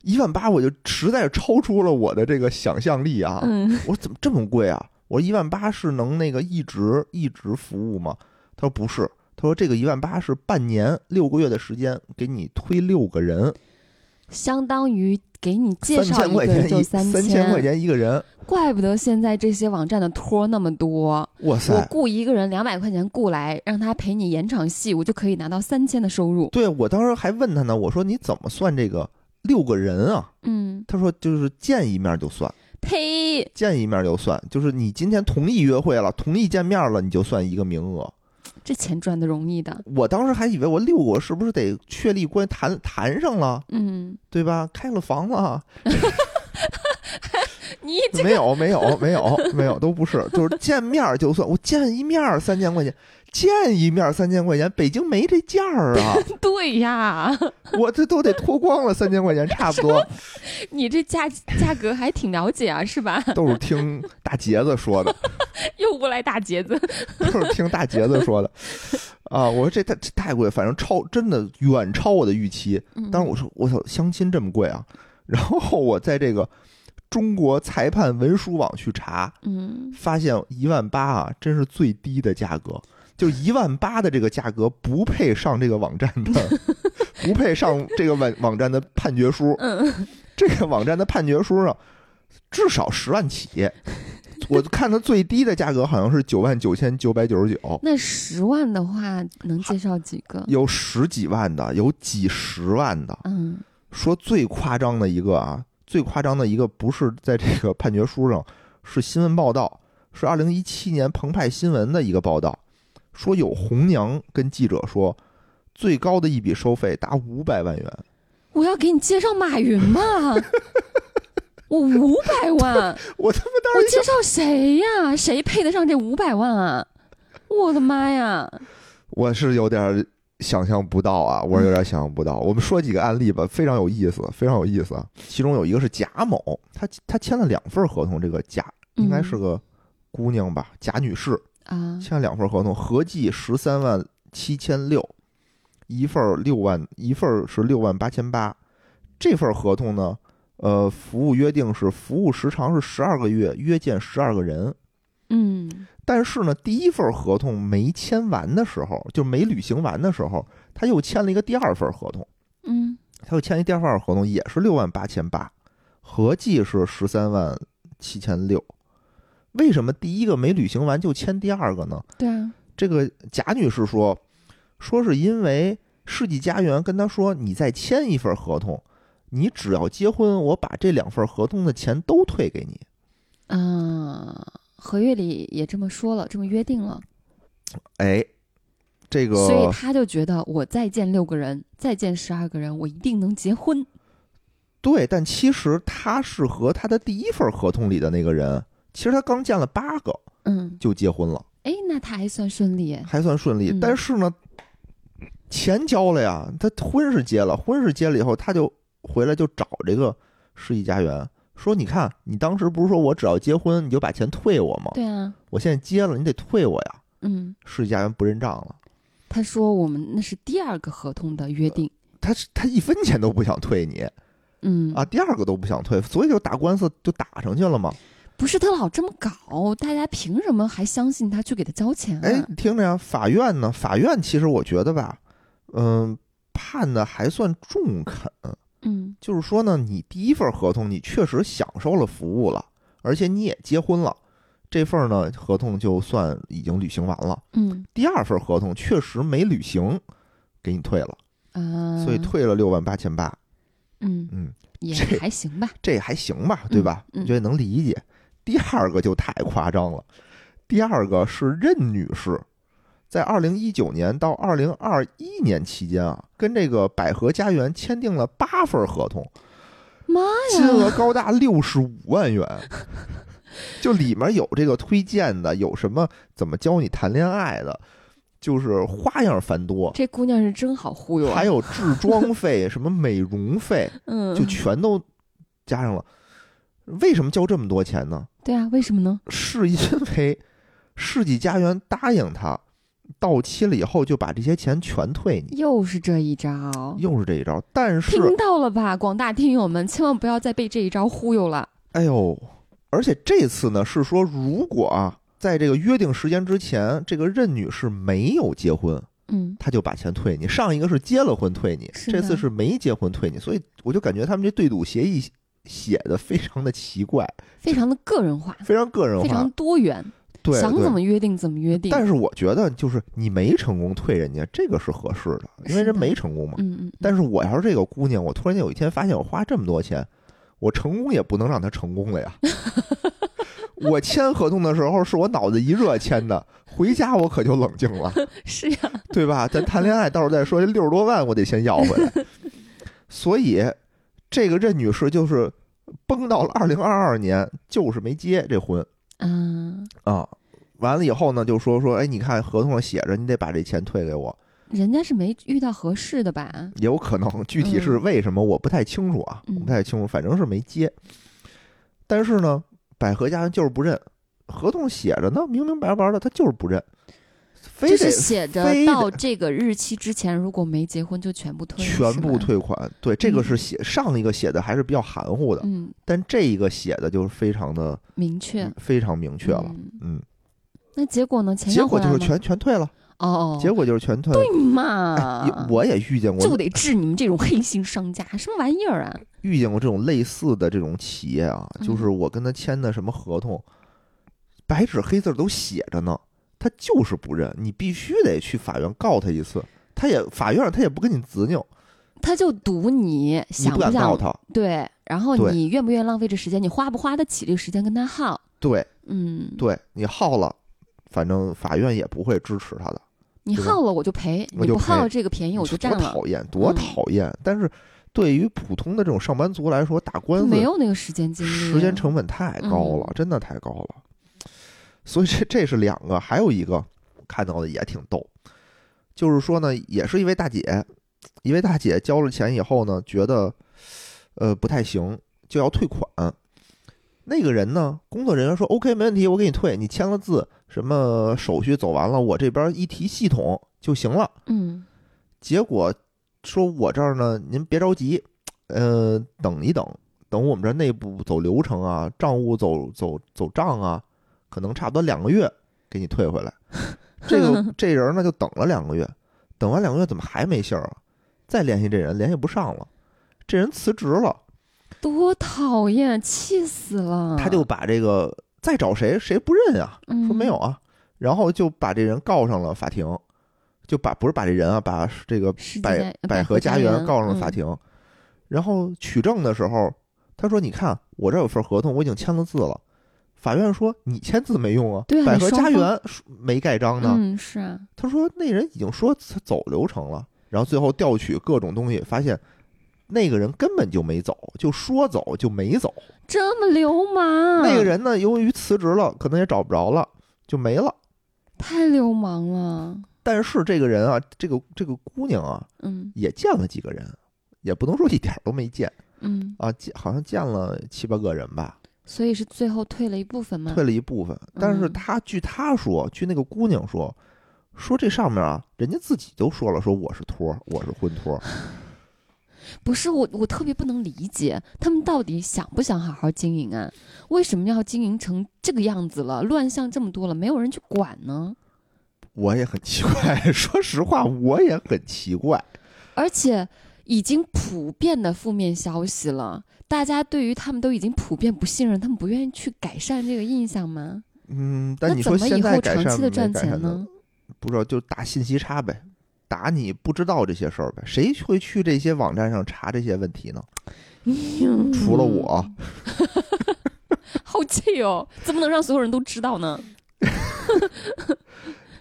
S1: 一万八，我就实在是超出了我的这个想象力啊！
S2: 嗯，
S1: 我说怎么这么贵啊？我说一万八是能那个一直一直服务吗？他说不是，他说这个一万八是半年六个月的时间给你推六个人，
S2: 相当于给你介
S1: 三
S2: 绍
S1: 千
S2: 一个
S1: 块钱
S2: 人就
S1: 一
S2: 三
S1: 三千块，钱一个人，
S2: 怪不得现在这些网站的托儿那么多。
S1: 哇
S2: 我
S1: 塞！
S2: 雇一个人两百块钱雇来，让他陪你演场戏，我就可以拿到三千的收入。
S1: 对我当时还问他呢，我说你怎么算这个六个人啊？
S2: 嗯，
S1: 他说就是见一面就算。
S2: 呸！
S1: 见一面就算，就是你今天同意约会了，同意见面了，你就算一个名额。
S2: 这钱赚的容易的。
S1: 我当时还以为我六个是不是得确立关谈谈上了，
S2: 嗯，
S1: 对吧？开了房了，
S2: 你
S1: 没有没有没有没有，都不是，就是见面就算。我见一面三千块钱，见一面三千块钱，北京没这价儿啊，
S2: 对呀，
S1: 我这都得脱光了三千块钱，差不多
S2: 你这价价格还挺了解啊，是吧？
S1: 都是听大杰子说的，
S2: 又不来大杰子。
S1: 都是听大杰子说的。啊，我说这太这太贵，反正超真的远超我的预期。
S2: 嗯
S1: 当时我说我操，相亲这么贵啊！然后我在这个中国裁判文书网去查，
S2: 嗯，
S1: 发现一万八啊，真是最低的价格，就一万八的这个价格不配上这个网站的，不配上这个网网站的判决书。这个网站的判决书上至少十万起，我看它最低的价格好像是九万九千九百九十九。
S2: 那十万的话能介绍几个？
S1: 有十几万的，有几十万的，
S2: 嗯
S1: 说最夸张的一个啊，最夸张的一个不是在这个判决书上，是新闻报道，是二零一七年澎湃新闻的一个报道，说有红娘跟记者说，最高的一笔收费达五百万元，
S2: 我要给你介绍马 云嘛。我五百万，
S1: 我他妈当
S2: 我
S1: 时一
S2: 介
S1: 想，
S2: 绍谁呀？谁配得上这五百万啊？我的妈呀！
S1: 我是有点想象不到啊，我是有点想象不到。我们说几个案例吧，非常有意思，非常有意思啊。其中有一个是贾某，他他签了两份合同，这个贾应
S2: 嗯
S1: 该是个姑娘吧，贾女士，
S2: 啊，
S1: 签了两份合同，合计十三万七千六，一份儿六万，一份儿是六万八千八。这份儿合同呢，呃，服务约定是服务时长是十二个月，约见十二个人。
S2: 嗯
S1: 但是呢，第一份儿合同没签完的时候，就没履行完的时候，他又签了一个第二份儿合同，
S2: 嗯
S1: 他又签一第二份儿合同，也是六万八千八，合计是十三万七千六。为什么第一个没履行完就签第二个呢？
S2: 对啊，
S1: 这个贾女士说，说是因为世纪佳缘跟她说，你再签一份合同，你只要结婚，我把这两份合同的钱都退给你。
S2: 啊，合约里也这么说了，这么约定了，
S1: 哎，这
S2: 所以
S1: 个
S2: 他就觉得我再见六个人，再见十二个人，我一定能结婚。
S1: 对，但其实她是和她的第一份合同里的那个人，其实她刚见了八个
S2: 嗯，
S1: 就结婚了，
S2: 哎，那他还算顺利哎。
S1: 还算顺利。
S2: 嗯
S1: 但是呢，钱交了呀，她婚是结了，婚是结了以后，她就回来就找这个世纪佳缘。说，你看，你当时不是说我只要结婚你就把钱退我吗？
S2: 对啊，
S1: 我现在接了，你得退我呀。
S2: 嗯，
S1: 世纪佳缘不认账了，
S2: 他说我们那是第二个合同的约定。
S1: 他是他一分钱都不想退你
S2: 嗯
S1: 啊，第二个都不想退，所以就打官司就打上去了嘛。
S2: 不是他老这么搞，大家凭什么还相信他去给他交钱、啊？
S1: 哎，你听着呀，法院呢？法院其实我觉得吧，嗯，判的还算中肯。
S2: 嗯
S1: 就是说呢，你第一份合同你确实享受了服务了，而且你也结婚了，这份呢合同就算已经履行完了。
S2: 嗯
S1: 第二份合同确实没履行，给你退了，
S2: 啊，
S1: 所以退了六万八千八。
S2: 嗯
S1: 嗯，
S2: 也
S1: 这
S2: 还行吧。
S1: 这还行吧，对吧？
S2: 嗯嗯
S1: 我觉得能理解。第二个就太夸张了，第二个是任女士，在二零一九年到二零二一年期间啊，跟这个百合家园签订了八份合同，
S2: 妈
S1: 金额
S2: 哎呀，
S1: 高达六十五万元。就里面有这个推荐的，有什么怎么教你谈恋爱的，就是花样繁多，
S2: 这姑娘是真好忽悠啊！
S1: 还有置装 费、什么美容费，
S2: 嗯，
S1: 就全都加上了。为什么交这么多钱呢？
S2: 对啊，为什么呢？
S1: 是因为世纪佳缘答应他，到期了以后就把这些钱全退你，
S2: 又是这一招，
S1: 又是这一招。但是，
S2: 哦听到了吧，广大听友们，千万不要再被这一招忽悠了。
S1: 哎呦，而且这次呢是说，如果啊，在这个约定时间之前，这个任女士没有结婚，
S2: 嗯，
S1: 他就把钱退你。上一个是结了婚退你，
S2: 是
S1: 这
S2: 的
S1: 次是没结婚退你，所以我就感觉他们这对赌协议写的非常的奇 怪，
S2: 非常的个人化，
S1: 非常个人
S2: 非
S1: 化
S2: 常。多元，
S1: 对，
S2: 想怎
S1: 对
S2: 么约定怎么约定。
S1: 但是我觉得，就是你没成功退人家，这个是合适的，因为
S2: 是的
S1: 人没成功嘛。
S2: 嗯嗯，
S1: 但是我要是这个姑娘，我突然间有一天发现我花这么多钱，我成功也不能让她成功了呀。我签合同的时候是我脑子一热签的，回家我可就冷静了，
S2: 是啊呀，
S1: 对吧？咱谈恋爱到时候再说，这六十多万我得先要回来。所以这个任女士就是崩到了二零二二年，就是没结这婚
S2: 嗯，
S1: 啊。完了以后呢，就说说，哎，你看合同上写着，你得把这钱退给我，
S2: 人家是没遇到合适的吧？
S1: 也有可能，具体是为什么我不太清楚啊，
S2: 嗯
S1: 我不太清楚，反正是没接。但是呢，百合家人就是不认，合同写着呢，明明白白的，他就是不认，非
S2: 就
S1: 得
S2: 是写
S1: 非得
S2: 着到这个日期之前，如果没结婚就全部退，
S1: 全部
S2: 是吧。
S1: 退款。对，这个是写上一个写的还是比较含糊的，
S2: 嗯，
S1: 但这一个写的就是非常的
S2: 明确，
S1: 非常明嗯确了。
S2: 嗯
S1: 嗯，
S2: 那结果呢？钱
S1: 结
S2: 要回
S1: 果就
S2: 来
S1: 是
S2: 吗？
S1: 全全退了，
S2: 哦，
S1: 结果就是全退了。
S2: 对嘛、
S1: 哎也我也遇见过
S2: 就得治你们这种黑心商家，什么玩意儿啊？
S1: 遇见过这种类似的这种企业啊，
S2: 嗯
S1: 就是我跟他签的什么合同，白纸黑字都写着呢，他就是不认，你必须得去法院告他一次。他也法院他也不跟你执拗，
S2: 他就赌你
S1: 你
S2: 想
S1: 不敢告
S2: 想
S1: 他，
S2: 对，然后
S1: 对
S2: 你愿不愿意浪费这时间，你花不花得起这个时间跟他耗？
S1: 对
S2: 嗯，
S1: 对，你耗了，反正法院也不会支持他的。
S2: 你
S1: 对吧
S2: 耗了我就赔，
S1: 我
S2: 你
S1: 就
S2: 不耗
S1: 赔
S2: 了这个便宜我就
S1: 多
S2: 占了，
S1: 讨厌，多
S2: 嗯
S1: 讨厌！但是对于普通的这种上班族来说，打官
S2: 就
S1: 司
S2: 没有那个时间精力，啊嗯
S1: 时间成本太高了，真的太高了。所以这这是两个，还有一个我看到的也挺逗，就是说呢，也是一位大姐，一位大姐交了钱以后呢，觉得呃不太行，就要退款。那个人呢，工作人员说 OK 没问题，我给你退，你签了字，什么手续走完了，我这边一提系统就行了。
S2: 嗯
S1: 结果说我这儿呢，您别着急，呃，等一等，等我们这内部走流程啊，账务走走走账啊，可能差不多两个月给你退回来。这个这人呢就等了两个月，等完两个月怎么还没信儿啊？再联系这人联系不上了，这人辞职了，
S2: 多讨厌，气死了。
S1: 他就把这个再找谁谁不认啊，说
S2: 嗯
S1: 没有啊，然后就把这人告上了法庭，就把不是把这人啊，把这个
S2: 世纪
S1: 百
S2: 佳
S1: 百
S2: 百
S1: 合
S2: 合
S1: 家
S2: 家
S1: 园
S2: 园
S1: 告上了
S2: 嗯
S1: 法庭。然后取证的时候，他说：“你看，我这有份合同，我已经签了字了。”法院说：“你签字没用啊，
S2: 对啊
S1: 百
S2: 你
S1: 合
S2: 双
S1: 家
S2: 方
S1: 园是没盖章呢。
S2: 嗯是啊，
S1: 他说：“那人已经说他走流程了。”然后最后调取各种东西，发现那个人根本就没走，就说走就没走。
S2: 这么流氓，
S1: 那个人呢，由于辞职了，可能也找不着了，就没了。
S2: 太流氓了。
S1: 但是这个人啊，这个这个姑娘啊，
S2: 嗯
S1: 也见了几个人，也不能说一点儿都没见
S2: 嗯，
S1: 啊，见好像见了七八个人吧，
S2: 所以是最后退了一部分嘛？
S1: 退了一部分。
S2: 嗯
S1: 但是他据他说，据那个姑娘说，说这上面啊，人家自己都说了，说我是托儿，我是婚托儿，
S2: 不是我，我特别不能理解他们到底想不想好好经营啊？为什么要经营成这个样子了？乱象这么多了，没有人去管呢？
S1: 我也很奇怪，说实话，我也很奇怪。
S2: 而且已经普遍的负面消息了，大家对于他们都已经普遍不信任，他们不愿意去改善这个印象吗？
S1: 嗯，但
S2: 那
S1: 你
S2: 怎
S1: 说
S2: 么
S1: 现
S2: 以
S1: 在
S2: 后
S1: 改
S2: 长
S1: 善
S2: 期
S1: 没
S2: 的赚
S1: 改
S2: 钱
S1: 善
S2: 呢？
S1: 不知道就打信息差呗，打你不知道这些事儿呗，谁会去这些网站上查这些问题呢？除
S2: 嗯
S1: 了我，
S2: 好气哦！怎么能让所有人都知道呢？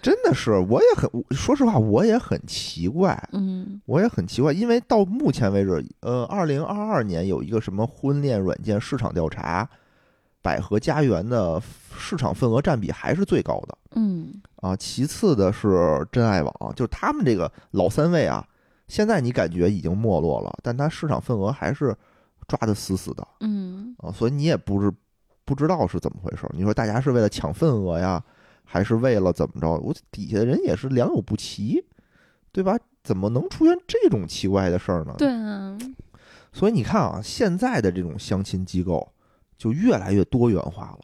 S1: 真的是我也很，说实话，我也很奇怪，
S2: 嗯
S1: 我也很奇怪，因为到目前为止，呃，二零二二年有一个什么婚恋软件市场调查，百合家园的市场份额占比还是最高的
S2: 嗯，
S1: 啊，其次的是真爱网，就是他们这个老三位啊，现在你感觉已经没落了，但它市场份额还是抓得死死的。
S2: 嗯，
S1: 啊，所以你也不是不知道是怎么回事儿。你说大家是为了抢份额呀，还是为了怎么着？我底下的人也是良莠不齐，对吧？怎么能出现这种奇怪的事儿呢？，
S2: 对啊，
S1: 所以你看啊，现在的这种相亲机构就越来越多元化了。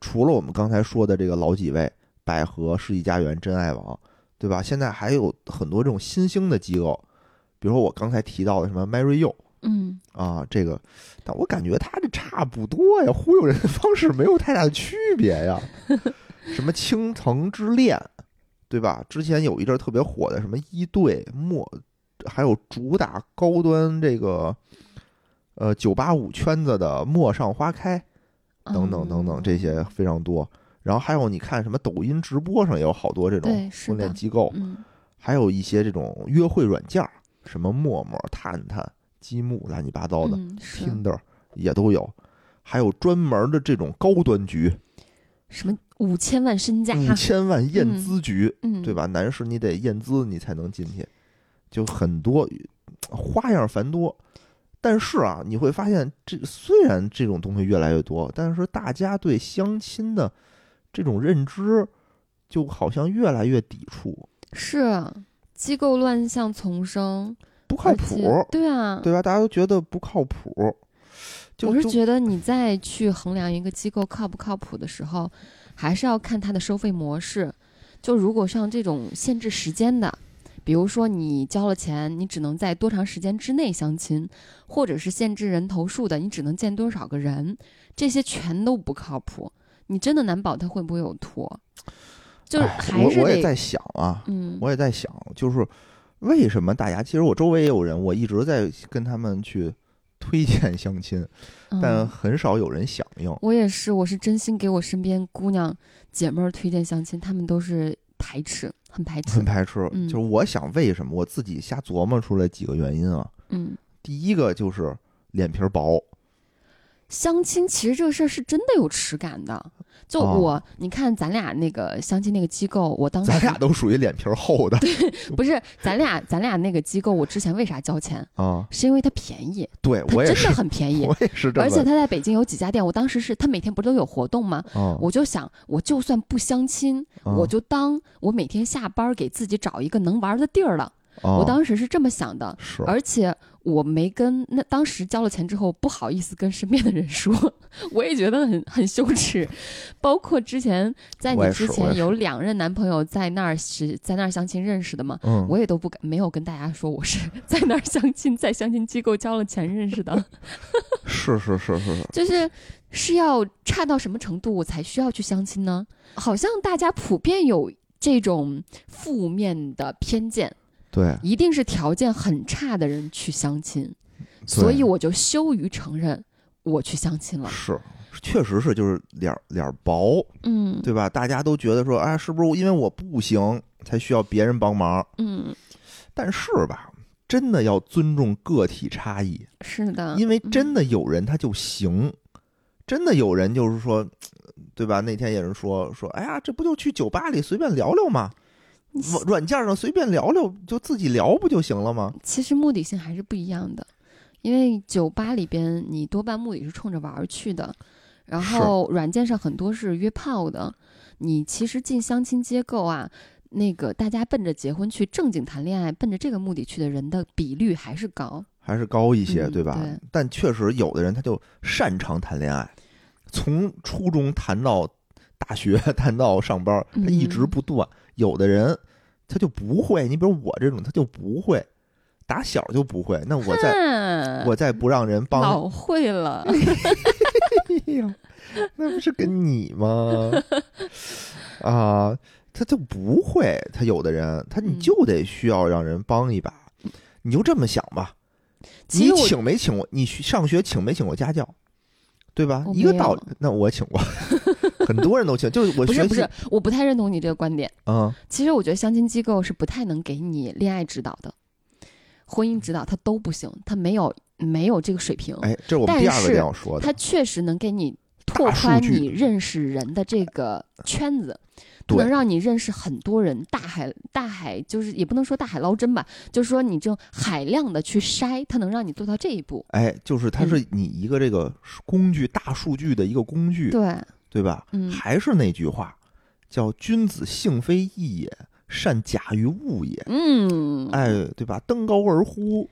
S1: 除了我们刚才说的这个老几位，百合、世纪佳缘、真爱网，对吧？现在还有很多这种新兴的机构，比如说我刚才提到的什么 Mary You，
S2: 嗯，
S1: 啊，这个，但我感觉他这差不多呀，忽悠人的方式没有太大的区别 呀。什么青藤之恋，对吧？之前有一阵儿特别火的什么一对莫，还有主打高端这个，呃，九八五圈子的陌上花开等等等等，
S2: 嗯
S1: 这些非常多。然后还有你看什么抖音直播上也有好多这种
S2: 对是
S1: 婚
S2: 的
S1: 恋，机构，
S2: 嗯
S1: 还有一些这种约会软件儿，什么陌陌、探探、积木，乱七八糟的。
S2: 嗯是
S1: Tinder 也都有，还有专门的这种高端局，
S2: 什么五千万身家，
S1: 五千万验资局，嗯
S2: 嗯，
S1: 对？吧？男士你得验资，你才能进去，就很多花样繁多。但是啊，你会发现这虽然这种东西越来越多，但是大家对相亲的这种认知，就好像越来越抵触，
S2: 是机构乱象丛生，
S1: 不靠
S2: 而且
S1: 谱，
S2: 对啊，
S1: 对吧？大家都觉得不靠谱。就
S2: 我是
S1: 就
S2: 觉得你在去衡量一个机构靠不靠谱的时候，还是要看它的收费模式。就如果像这种限制时间的，比如说你交了钱，你只能在多长时间之内相亲，或者是限制人头数的，你只能见多少个人，这些全都不靠谱。你真的难保它会不会有托，就是
S1: 哎
S2: 还是
S1: 我我也
S2: 得
S1: 在想啊，
S2: 嗯
S1: 我也在想，就是为什么大家，其实我周围也有人，我一直在跟他们去推荐相亲，但
S2: 嗯，
S1: 很少有人响应。
S2: 我也是，我是真心给我身边姑娘姐妹儿推荐相亲，她们都是排斥，很排斥
S1: 很，排斥，
S2: 嗯
S1: 就是我想为什么，我自己瞎琢磨出来几个原因啊。
S2: 嗯。
S1: 第一个就是脸皮儿薄，
S2: 相亲其实这个事儿是真的有耻感的。就
S1: 哦
S2: 我，你看咱俩那个相亲那个机构，我当时
S1: 咱俩都属于脸皮儿厚的
S2: 不是咱俩咱俩那个机构，我之前为啥交钱？
S1: 啊。
S2: 是因为它便宜，
S1: 对
S2: 它
S1: 我也
S2: 真
S1: 是
S2: 的，很便宜。
S1: 我也是这么，
S2: 而且它在北京有几家店，我当时是它每天不都有活动吗？
S1: 啊，
S2: 我就想，我就算不相亲，
S1: 啊
S2: 我就当我每天下班给自己找一个能玩的地儿了。
S1: 啊
S2: 我当时是这么想的，
S1: 是
S2: 而且我没跟那当时交了钱之后，不好意思跟身边的人说， 我也觉得很很羞耻。包括之前在
S1: 我
S2: 你
S1: 也是
S2: 之
S1: 我也
S2: 前
S1: 是
S2: 有两任男朋友在那儿是在那儿相亲认识的嘛，
S1: 嗯，
S2: 我也都不敢没有跟大家说我是 在那儿相亲，在相亲机构交了钱认 识的，
S1: 是是是是是，
S2: 就是是要差到什么程度我才需要去相亲呢？好像大家普遍有这种负面的偏见。
S1: 对，
S2: 一定是条件很差的人去相亲，所以我就羞于承认我去相亲了。
S1: 是确实是就是脸儿脸儿薄，
S2: 嗯，
S1: 对吧？大家都觉得说，哎，是不是因为我不行才需要别人帮忙？
S2: 嗯，
S1: 但是吧，真的要尊重个体差异，
S2: 是的，
S1: 因为真
S2: 嗯
S1: 的有人他就行，真的有人就是说，对吧？那天也是说说，哎呀，这不就去酒吧里随便聊聊吗？
S2: 你
S1: 网软件上随便聊聊，就自己聊不就行了吗？
S2: 其实目的性还是不一样的，因为酒吧里边你多半目的是冲着玩儿去的，然
S1: 是
S2: 后软件上很多是约炮的。你其实进相亲机构啊，那个大家奔着结婚去、正经谈恋爱、奔着这个目的去的人的比率还是高。
S1: 还是高一些，
S2: 嗯
S1: 对吧？
S2: 对
S1: 但确实有的人他就擅长谈恋爱，从初中谈到大学， 谈到上班，他一直
S2: 嗯
S1: 不断。有的人他就不会，你比如我这种，他就不会，打小就不会。那我 再、
S2: 在
S1: 我再不让人帮，
S2: 嗯老会了，
S1: 哎呦，那不是跟你吗？ 啊，他就不会，他有的人，他你
S2: 嗯
S1: 就得需要让人帮一把。你就这么想吧，
S2: 其
S1: 你
S2: 实我
S1: 请没请过？你去上学请没请过家教？对吧？
S2: 我
S1: 一个
S2: 没
S1: 道
S2: 有
S1: 理。那我请过， 很多人都请，就是我
S2: 不
S1: 学习
S2: 是不是，我不太认同你这个观点。
S1: 嗯
S2: 其实我觉得相亲机构是不太能给你恋爱指导的，婚姻指导它都不行，它没有没有这个水平。
S1: 哎，这是我们
S2: 但
S1: 第二个
S2: 是
S1: 点要说的。
S2: 它确实能给你拓
S1: 大数
S2: 宽
S1: 据
S2: 你认识人的这个圈子，它
S1: 对
S2: 能让你认识很多人。大海大海就是也不能说大海捞针吧，就是说你这种海量的去筛，它能让你做到这一步。
S1: 哎，就是它
S2: 嗯
S1: 是你一个这个工具，大数据的一个工具，
S2: 对，
S1: 对吧？
S2: 嗯，
S1: 还是那句话，叫“君子性非异也，善假于物也”。
S2: 嗯，
S1: 哎，对吧？登高而呼，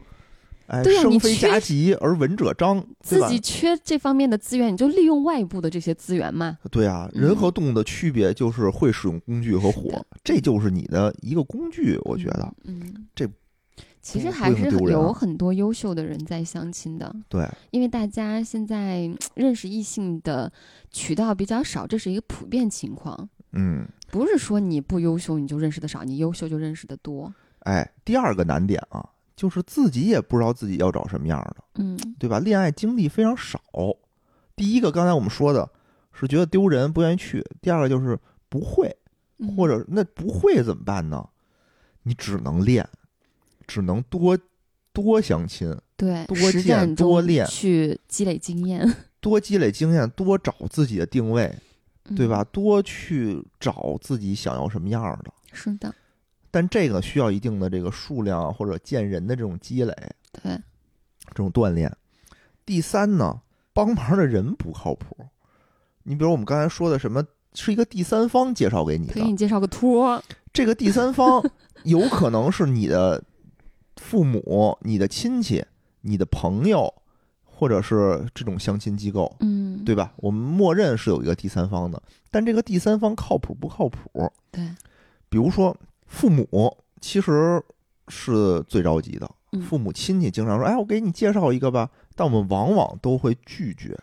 S1: 哎，
S2: 对呀
S1: 声
S2: 你
S1: 非
S2: 缺
S1: 夹击而文者章，对
S2: 自
S1: 吧？
S2: 己缺这方面的资源，你就利用外部的这些资源嘛。
S1: 对啊，
S2: 嗯
S1: 人和动物的区别就是会使用工具和火
S2: 的，
S1: 这就是你的一个工具。我觉得，
S2: 嗯，
S1: 这
S2: 其
S1: 不
S2: 实
S1: 不
S2: 还
S1: 会
S2: 是
S1: 很丢人啊
S2: 有很多优秀的人在相亲的，
S1: 对，
S2: 因为大家现在嗯认识异性的渠道比较少，这是一个普遍情况。
S1: 嗯，
S2: 不是说你不优秀你就认识的少，你优秀就认识的多。
S1: 哎，第二个难点啊，就是自己也不知道自己要找什么样的，
S2: 嗯
S1: 对吧？恋爱经历非常少。第一个，刚才我们说的是觉得丢人，不愿意去；第二个就是不会，
S2: 嗯
S1: 或者那不会怎么办呢？你只能练，只能多多相亲，
S2: 对
S1: 多
S2: 实
S1: 见
S2: 战中
S1: 多练
S2: 去积累经验，
S1: 多积累经验，多找自己的定位，
S2: 嗯
S1: 对吧？？多去找自己想要什么样的。
S2: 是的，
S1: 但这个需要一定的这个数量或者见人的这种积累，
S2: 对，
S1: 这种锻炼。第三呢，帮忙的人不靠谱。你比如我们刚才说的什么，是一个第三方介绍给你
S2: 他给
S1: 的
S2: 你，介绍个托，
S1: 这个第三方有可能是你的父母、你的亲戚、你的朋友，或者是这种相亲机构，
S2: 嗯，
S1: 对吧？我们默认是有一个第三方的，但这个第三方靠谱不靠谱？
S2: 对，
S1: 比如说父母，其实是最着急的。
S2: 嗯
S1: 父母亲戚经常说：“哎，我给你介绍一个吧。”但我们往往都会拒绝。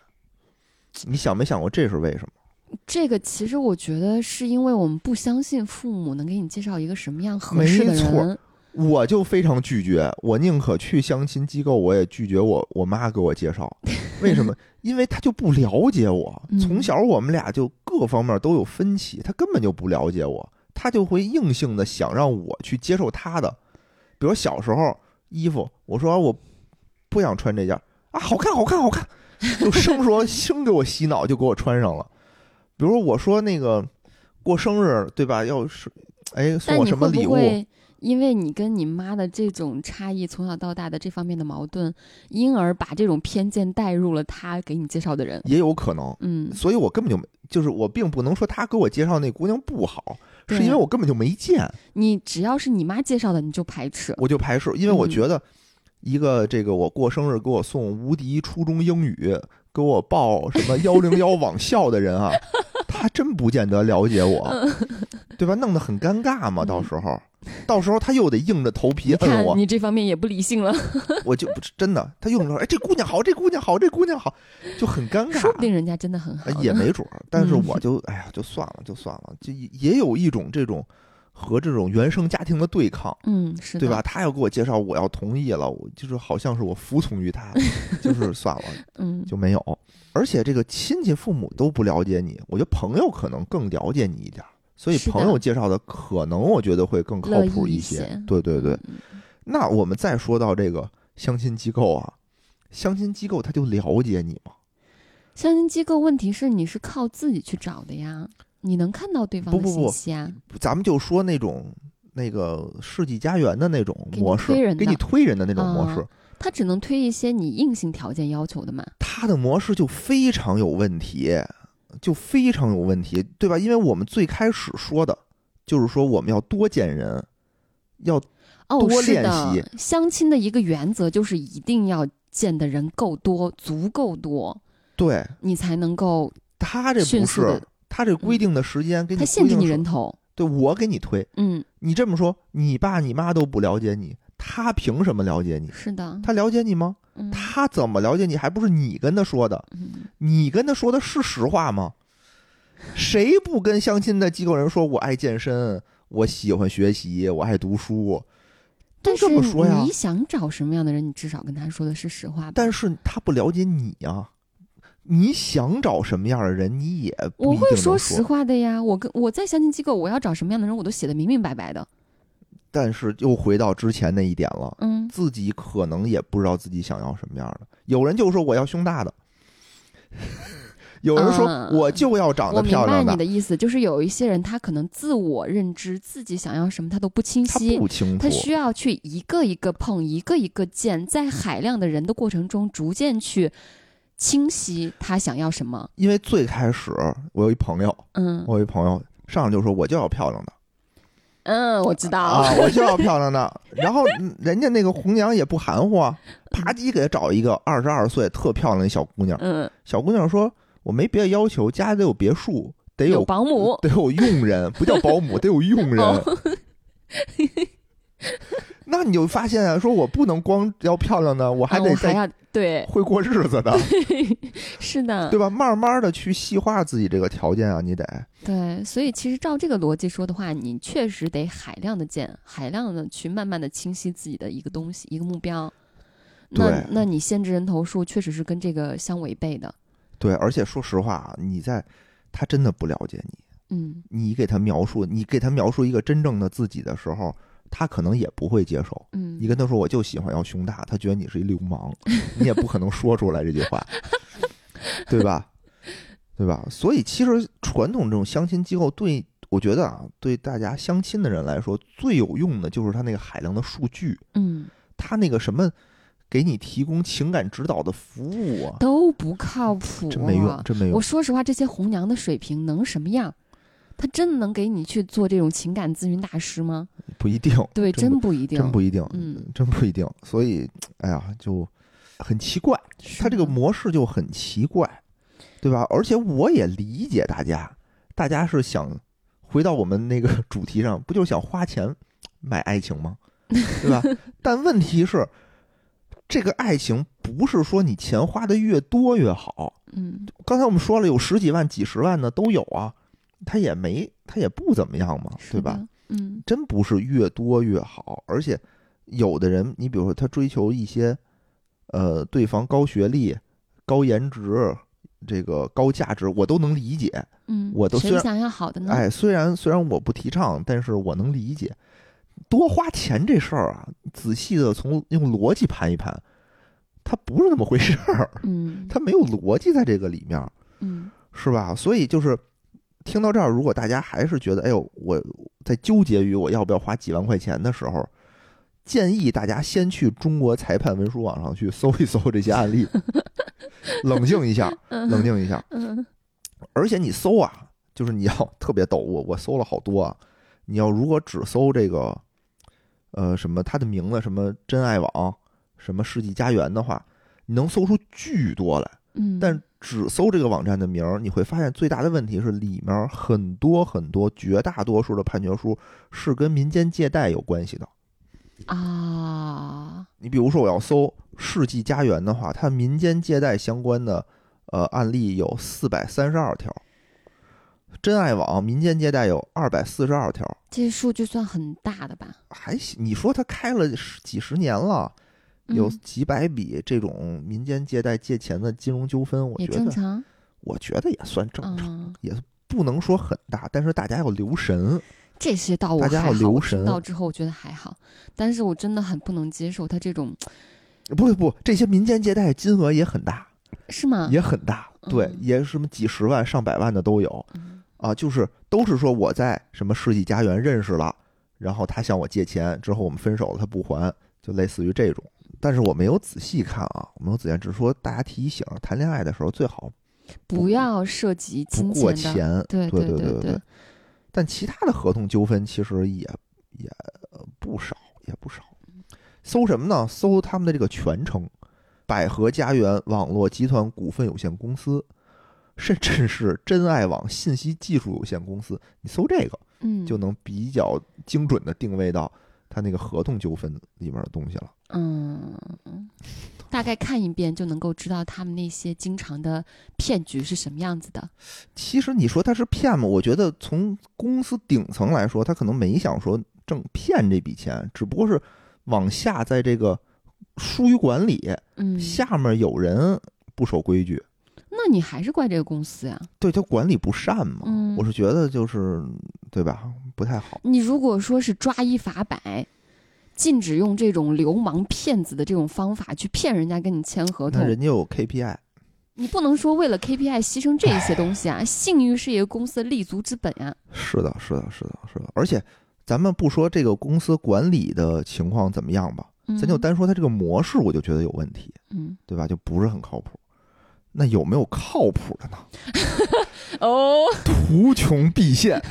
S1: 你想没想过这是为什么？
S2: 这个其实我觉得是因为我们不相信父母能给你介绍一个什么样合
S1: 没
S2: 适的
S1: 错
S2: 人，
S1: 我就非常拒绝，我宁可去相亲机构，我也拒绝我我妈给我介 绍。为什么？因为她就不了解我
S2: 嗯，
S1: 从小我们俩就各方面都有分歧，她根本就不了解我，她就会硬性的想让我去接受她的。比如小时候衣服，我说啊我不想穿这件儿啊，好看，好看，好看，就生说生给我洗脑，就给我穿上了。比如我说那个过生日对吧？要是哎送
S2: 但
S1: 我
S2: 你
S1: 什么
S2: 会
S1: 礼
S2: 不
S1: 物？
S2: 会因为你跟你妈的这种差异，从小到大的这方面的矛盾，因而把这种偏见带入了她给你介绍的人？
S1: 也有可能。
S2: 嗯，
S1: 所以我根本就没，就是我并不能说他给我介绍那姑娘不好，是
S2: 对
S1: 因为我根本就没见，
S2: 你只要是你妈介绍的，你就排斥。
S1: 我就排斥，因为我
S2: 嗯
S1: 觉得一个这个我过生日给我送无敌初中英语，给我报什么幺零幺网校的人啊，他真不见得了解我，
S2: 嗯
S1: 对吧？弄得很尴尬嘛，到时候。到时候他又得硬着头皮
S2: 你
S1: 摁
S2: 看
S1: 哎我，
S2: 你这方面也不理性了，
S1: 我就不是真的，他用着哎，这姑娘好，这姑娘好，这姑娘好，就很尴尬。
S2: 说不定人家真的很好
S1: 啊
S2: 呢。
S1: 也没准儿，但是
S2: 嗯
S1: 我就哎呀，就算了，就算了，就也也有一种这种和这种原生家庭的对抗，
S2: 嗯，是的，
S1: 对吧？？他要给我介绍，我要同意了，我就是好像是我服从于他， 就是算了，
S2: 嗯，
S1: 就没有。而且这个亲戚父母都不了解你，我觉得朋友可能更了解你一点儿，所以
S2: 是的
S1: 朋友介绍的可能我觉得会更靠
S2: 乐意
S1: 谱
S2: 一
S1: 些。
S2: 些
S1: 对对对，
S2: 嗯，
S1: 那我们再说到这个相亲机构啊，相亲机构他就了解你吗？
S2: 相亲机构问题是你是靠自己去找的呀，你能看到对方
S1: 不
S2: 的
S1: 不不
S2: 信息啊。
S1: 咱们就说那种那个世纪佳缘的那种模式，
S2: 给你推人的
S1: 给你推人的那种模式，
S2: 啊他只能推一些你硬性条件要求的嘛。
S1: 它的模式就非常有问题，就非常有问题，对吧？因为我们最开始说的就是说我们要多见人，要
S2: 哦，
S1: 多
S2: 是
S1: 练习
S2: 的，相亲的一个原则就是一定要见的人够多，足够多，
S1: 对
S2: 你才能够
S1: 他这不
S2: 迅速
S1: 是
S2: 地嗯
S1: 他这规定的时间给你
S2: 他限
S1: 规
S2: 制
S1: 定
S2: 你
S1: 是
S2: 人头。
S1: 对我给你推，
S2: 嗯，
S1: 你这么说，你爸你妈都不了解你，他凭什么了解你？
S2: 是的，
S1: 他了解你吗？
S2: 嗯
S1: 他怎么了解你？还不是你跟他说的？
S2: 嗯
S1: 你跟他说的是实话吗？谁不跟相亲的机构人说我爱健身，我喜欢学习，我爱读书？
S2: 但
S1: 这
S2: 是
S1: 么说呀
S2: 你想找什么样的人，你至少跟他说的是实话吧。
S1: 但是他不了解你啊。你想找什么样的人，你也不
S2: 我
S1: 一定
S2: 会
S1: 能
S2: 说
S1: 说
S2: 实话的呀，我跟我在相亲机构，我要找什么样的人，我都写的明明白白的。
S1: 但是又回到之前那一点了，
S2: 嗯，
S1: 自己可能也不知道自己想要什么样的。有人就说我要胸大的， 有人说
S2: 嗯
S1: 我就要长得
S2: 我明
S1: 漂
S2: 白
S1: 亮
S2: 你的意思，就是有一些人他可能自我认知自己想要什么，他都不清
S1: 他
S2: 晰。
S1: 不清楚
S2: 他。需要去一个一个碰，一个一个见，在海量的人的过程中，逐渐去清晰他想要什么。
S1: 因为最开始我有一朋友，
S2: 嗯
S1: 我有一朋友上来就说我就要漂亮的
S2: 嗯，我知道。
S1: 啊，我就要漂亮的。然后嗯人家那个红娘也不含糊啊，啪叽给他找一个二十二岁特漂亮的小姑娘。
S2: 嗯，
S1: 小姑娘说我没别的要求，家里得有别墅，得
S2: 有
S1: 有
S2: 保姆。嗯哦
S1: 得有佣人，不叫保姆，得有佣人。那你就发现啊，说我不能光要漂亮的，我还
S2: 嗯
S1: 得
S2: 我还
S1: 再
S2: 要对，
S1: 会过日子的，
S2: 是的，
S1: 对吧？慢慢的去细化自己这个条件啊，你得
S2: 对，所以其实照这个逻辑说的话，你确实得海量的见，海量的去慢慢的清晰自己的一个东西，一个目标。那
S1: 对
S2: 那你限制人头数，确实是跟这个相违背的。
S1: 对。而且说实话啊，你在他真的不了解你，
S2: 嗯，
S1: 你给他描述，你给他描述一个真正的自己的时候，他可能也不会接受。
S2: 嗯
S1: 你跟他说我就喜欢要胸大，他觉得你是一流 氓，你也不可能说出来这句话，对吧？对吧？所以其实传统这种相亲机构对，我觉得啊，对大家相亲的人来说，最有用的就是他那个海量的数据，
S2: 嗯，
S1: 他那个什么，给你提供情感指导的服务啊，
S2: 都不靠谱、啊，
S1: 真没用，真没用
S2: 我。说实话，这些红娘的水平能什么样？她真的能给你去做这种情感咨询大师吗？
S1: 不一定，
S2: 对，
S1: 真
S2: 不一定，
S1: 真不一定，
S2: 嗯，
S1: 真不一定。所以，哎呀，就很奇怪。
S2: 是
S1: 它这个
S2: 的
S1: 模式就很奇怪，对吧？而且我也理解大家，大家是想回到我们那个主题上，不就是想花钱买爱情吗？对 吧？但问题是，这个爱情不是说你钱花的越多越好。
S2: 嗯，
S1: 刚才我们说了，有十几万、几十万的都有啊，他也没，他也不怎么样嘛，
S2: 是
S1: 对吧？
S2: 的？嗯
S1: 真不是越多越好，而且有的人，你比如说他追求一些，呃，对方高学历、高颜值、这个高价值，我都能理解。
S2: 嗯，
S1: 我都虽
S2: 谁不
S1: 然
S2: 想要好的呢？
S1: 哎，虽然虽然我不提倡，但是我能理解。多花钱这事儿啊，仔细的从用逻辑盘一盘，它不是那么回事儿，
S2: 嗯
S1: 它没有逻辑在这个里面。
S2: 嗯
S1: 是吧？所以就是听到这儿，如果大家还是觉得，哎呦，我在纠结于我要不要花几万块钱的时候，建议大家先去中国裁判文书网上去搜一搜这些案例，冷静一下，冷静一下。
S2: 嗯
S1: 而且你搜啊，就是你要 特别逗，我我搜了好多啊。你要如果只搜这个，呃，什么他的名字，什么真爱网，什么世纪佳缘的话，你能搜出巨多来。
S2: 嗯，
S1: 但只搜这个网站的名儿，你会发现最大的问题是里面很多很多绝大多数的判决书是跟民间借贷有关系的。
S2: 啊，
S1: 你比如说，我要搜世纪佳缘的话，它民间借贷相关的呃案例有四百三十二条，真爱网民间借贷有二百四十二条，
S2: 这数据算很大的吧？
S1: 还行你说它开了十几十年了，有
S2: 嗯
S1: 几百笔这种民间借贷借钱的金融纠纷，我
S2: 也
S1: 觉
S2: 正
S1: 得
S2: 常，
S1: 我觉得也算正常。
S2: 嗯，
S1: 不能说很大，但是大家要留神。
S2: 这些倒我
S1: 大家
S2: 还
S1: 要
S2: 好，
S1: 留
S2: 我听
S1: 神啊
S2: 到之后我觉得还好，但是我真的很不能接受他这种，
S1: 不不，这些民间借贷金额也很大，
S2: 是吗？
S1: 也很大，对
S2: 嗯，
S1: 也什么几十万、上百万的都有
S2: 嗯
S1: 啊，就是都是说我在什么世纪佳缘认识了，然后他向我借钱，之后我们分手了，他不还，就类似于这种。但是我没有仔细看啊，我没有仔细看，只是说大家提醒，谈恋爱的时候最好
S2: 不要涉及
S1: 不
S2: 金
S1: 过
S2: 的，
S1: 钱，
S2: 对
S1: 对
S2: 对
S1: 对。但其他的合同纠纷其实也也呃不少，也不少。搜什么呢？搜他们的这个全称：百合家园网络集团股份有限公司，甚至是真爱网信息技术有限公司。你搜这个，
S2: 嗯，
S1: 就能比较精准的定位到他那个合同纠纷里面的东西了。
S2: 嗯，大概看一遍就能够知道他们那些经常的骗局是什么样子的。
S1: 其实你说他是骗吗？我觉得从公司顶层来说，他可能没想说挣骗这笔钱，只不过是往下在这个疏于管理，
S2: 嗯，
S1: 下面有人不守规矩，
S2: 那你还是怪这个公司呀？
S1: 对他管理不善嘛。
S2: 嗯
S1: 我是觉得就是对吧，不太好。
S2: 你如果说是抓一罚百，禁止用这种流氓骗子的这种方法去骗人家跟你签合
S1: 那
S2: 同，
S1: 人家有 KPI，
S2: 你不能说为了 KPI 牺牲这一些 东西啊。信誉是一个公司的立足之本啊呀、
S1: 是的，是的，是的，是的。而且咱们不说这个公司管理的情况怎么样吧，
S2: 嗯，
S1: 咱就单说它这个模式，我就觉得有问题，
S2: 嗯
S1: 对吧？就不是很靠谱。那有没有靠谱的呢？
S2: 哦，
S1: 图穷匕 现，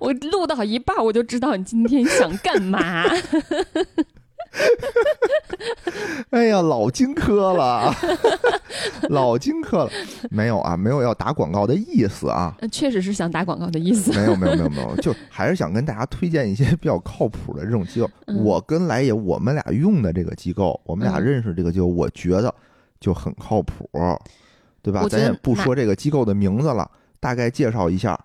S2: 我录到一半我就知道你今天想干嘛。
S1: 哎呀，老荆轲 了，老荆轲了。没有啊，没有要打广告的意思啊。
S2: 呃 确实是想打广告的意思。
S1: 没有没有没有没有， 就还是想跟大家推荐一些比较靠谱的这种机构。
S2: 嗯
S1: 我跟来也，我们俩用的这个机构，我们俩
S2: 嗯
S1: 认识这个机构，我觉得就很靠谱，对吧？
S2: 我觉
S1: 咱
S2: 得
S1: 也不
S2: 那
S1: 说这个机构的名字了，大概介绍一下，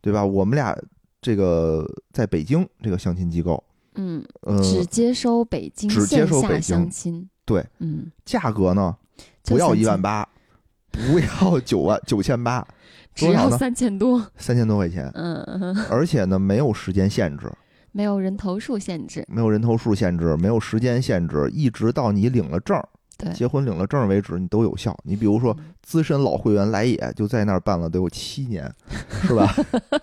S1: 对吧？我们俩这个在北京这个相亲机构，
S2: 嗯，
S1: 呃，
S2: 只接收北京
S1: 只接
S2: 线
S1: 收北
S2: 下
S1: 京
S2: 相亲。
S1: 对，
S2: 嗯，
S1: 价格呢
S2: 就
S1: 不要一万
S2: 3000，
S1: 八，不要九万九千八，
S2: 只
S1: 多少
S2: 要
S1: 呢
S2: 三 千多。
S1: 三千多块钱，
S2: 嗯，嗯
S1: 而且呢没有时间限制。
S2: 没有人头数限制。
S1: 没有人头数限制，没有时间限制，一直到你领了证儿，
S2: 对
S1: 结婚领了证儿为止，你都有效。你比如说，
S2: 嗯
S1: 资深老会员来也就在那儿办了得有七年，是吧？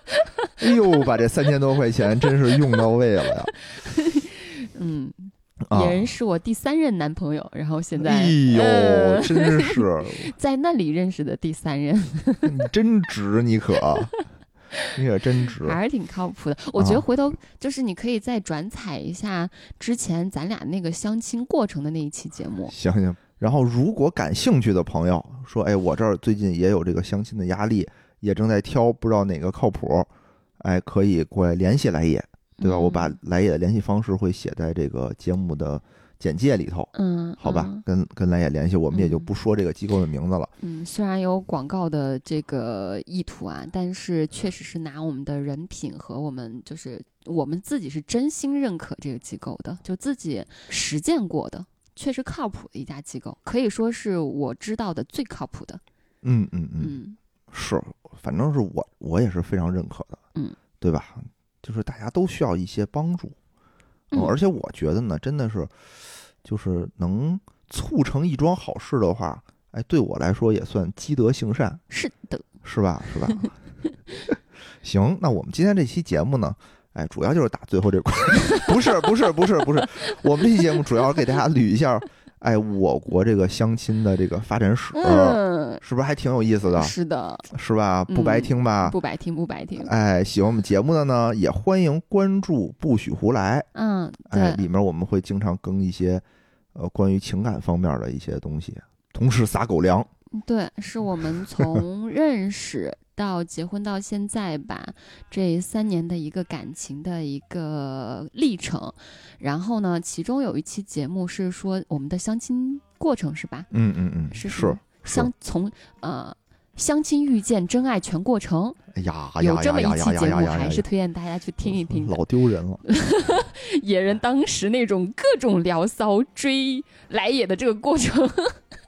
S1: 哎呦，把这三千多块钱真是用到位了 呀！
S2: 嗯，
S1: 啊，
S2: 野人是我第三任男朋友，然后现在，
S1: 哎呦，
S2: 呃
S1: 真是
S2: 在那里认识的第三任，
S1: 你真值，你可，你可真值。
S2: 还是挺靠谱的。我觉得
S1: 啊
S2: 回头就是你可以再转采一下之前咱俩那个相亲过程的那一期节目。
S1: 行行。然后，如果感兴趣的朋友说，哎，我这儿最近也有这个相亲的压力，也正在挑，不知道哪个靠谱，哎，可以过来联系来也，对吧？啊
S2: 嗯
S1: 我把来也的联系方式会写在这个节目的简介里头，
S2: 嗯，
S1: 好吧？
S2: 嗯
S1: 跟跟来也联系，我们也就
S2: 嗯
S1: 不说这个机构的名字了。
S2: 嗯，虽然有广告的这个意图啊，但是确实是拿我们的人品和我们就是我们自己是真心认可这个机构的，就自己实践过的，确实靠谱的一家机构，可以说是我知道的最靠谱的。
S1: 嗯嗯嗯，
S2: 嗯
S1: 是，反正是我我也是非常认可的，
S2: 嗯，
S1: 对吧？就是大家都需要一些帮助，
S2: 嗯
S1: 嗯而且我觉得呢，真的是，就是能促成一桩好事的话，哎，对我来说也算积德行善，
S2: 是的，
S1: 是吧？是吧？ 行，那我们今天这期节目呢，哎，主要就是打最后这块儿， 不是，不是，不是，不是，我们这期节目主要是给大家捋一下，哎，我国这个相亲的这个发展史，
S2: 嗯，
S1: 是不是还挺有意思的？
S2: 是的，
S1: 是吧？不白听吧？
S2: 嗯不白听不白听。
S1: 哎，喜欢我们节目的呢，也欢迎关注“不许胡来”。
S2: 嗯，
S1: 哎，
S2: 对，
S1: 里面我们会经常更一些呃关于情感方面的一些东西，同时撒狗粮。
S2: 对，是我们 从认识到结婚到现在吧，这三年的一个感情的一个历程。然后呢，其中有一期节目是说我们的相亲过程是吧？
S1: 嗯嗯嗯，
S2: 是什
S1: 是
S2: 么。相从呃。相亲遇见真爱全过程
S1: 哎呀呀
S2: 有
S1: 呀
S2: 这么一
S1: 呀
S2: 期
S1: 呀
S2: 节
S1: 呀
S2: 目，
S1: 呀呀
S2: 还是
S1: 呀！
S2: 推荐大家去听一听的。
S1: 老丢人了。
S2: 野人当时那种各种聊骚追来也的这个过程，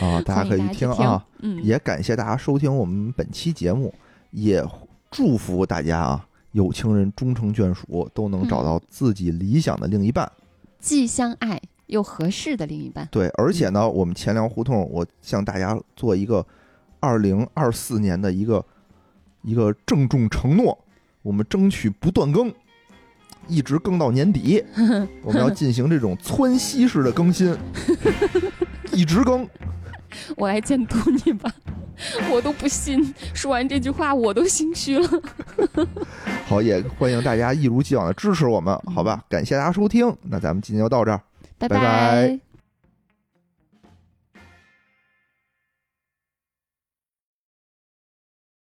S1: 啊，大家可以
S2: 欢迎
S1: 听
S2: 大家去
S1: 啊，。
S2: 嗯，
S1: 也感谢大家收听我们本期节目，也祝福大家啊，有情人终成眷属，都能找
S2: 嗯
S1: 到自己理想的另一半。
S2: 既相爱又合适的另一半。
S1: 对，而且呢，我们钱粮胡同，我向大家做一个二零二四年的一个一个郑重承诺，我们争取不断更，一直更到年底，我们要进行这种窜稀式的更新，一直更。
S2: 我来监督你 吧，我都不信。说完这句话，我都心虚了。
S1: 好，也欢迎大家一如既往的支持我们，好吧？感谢大家收听，那咱们今天就到这儿。拜
S2: 拜
S1: 拜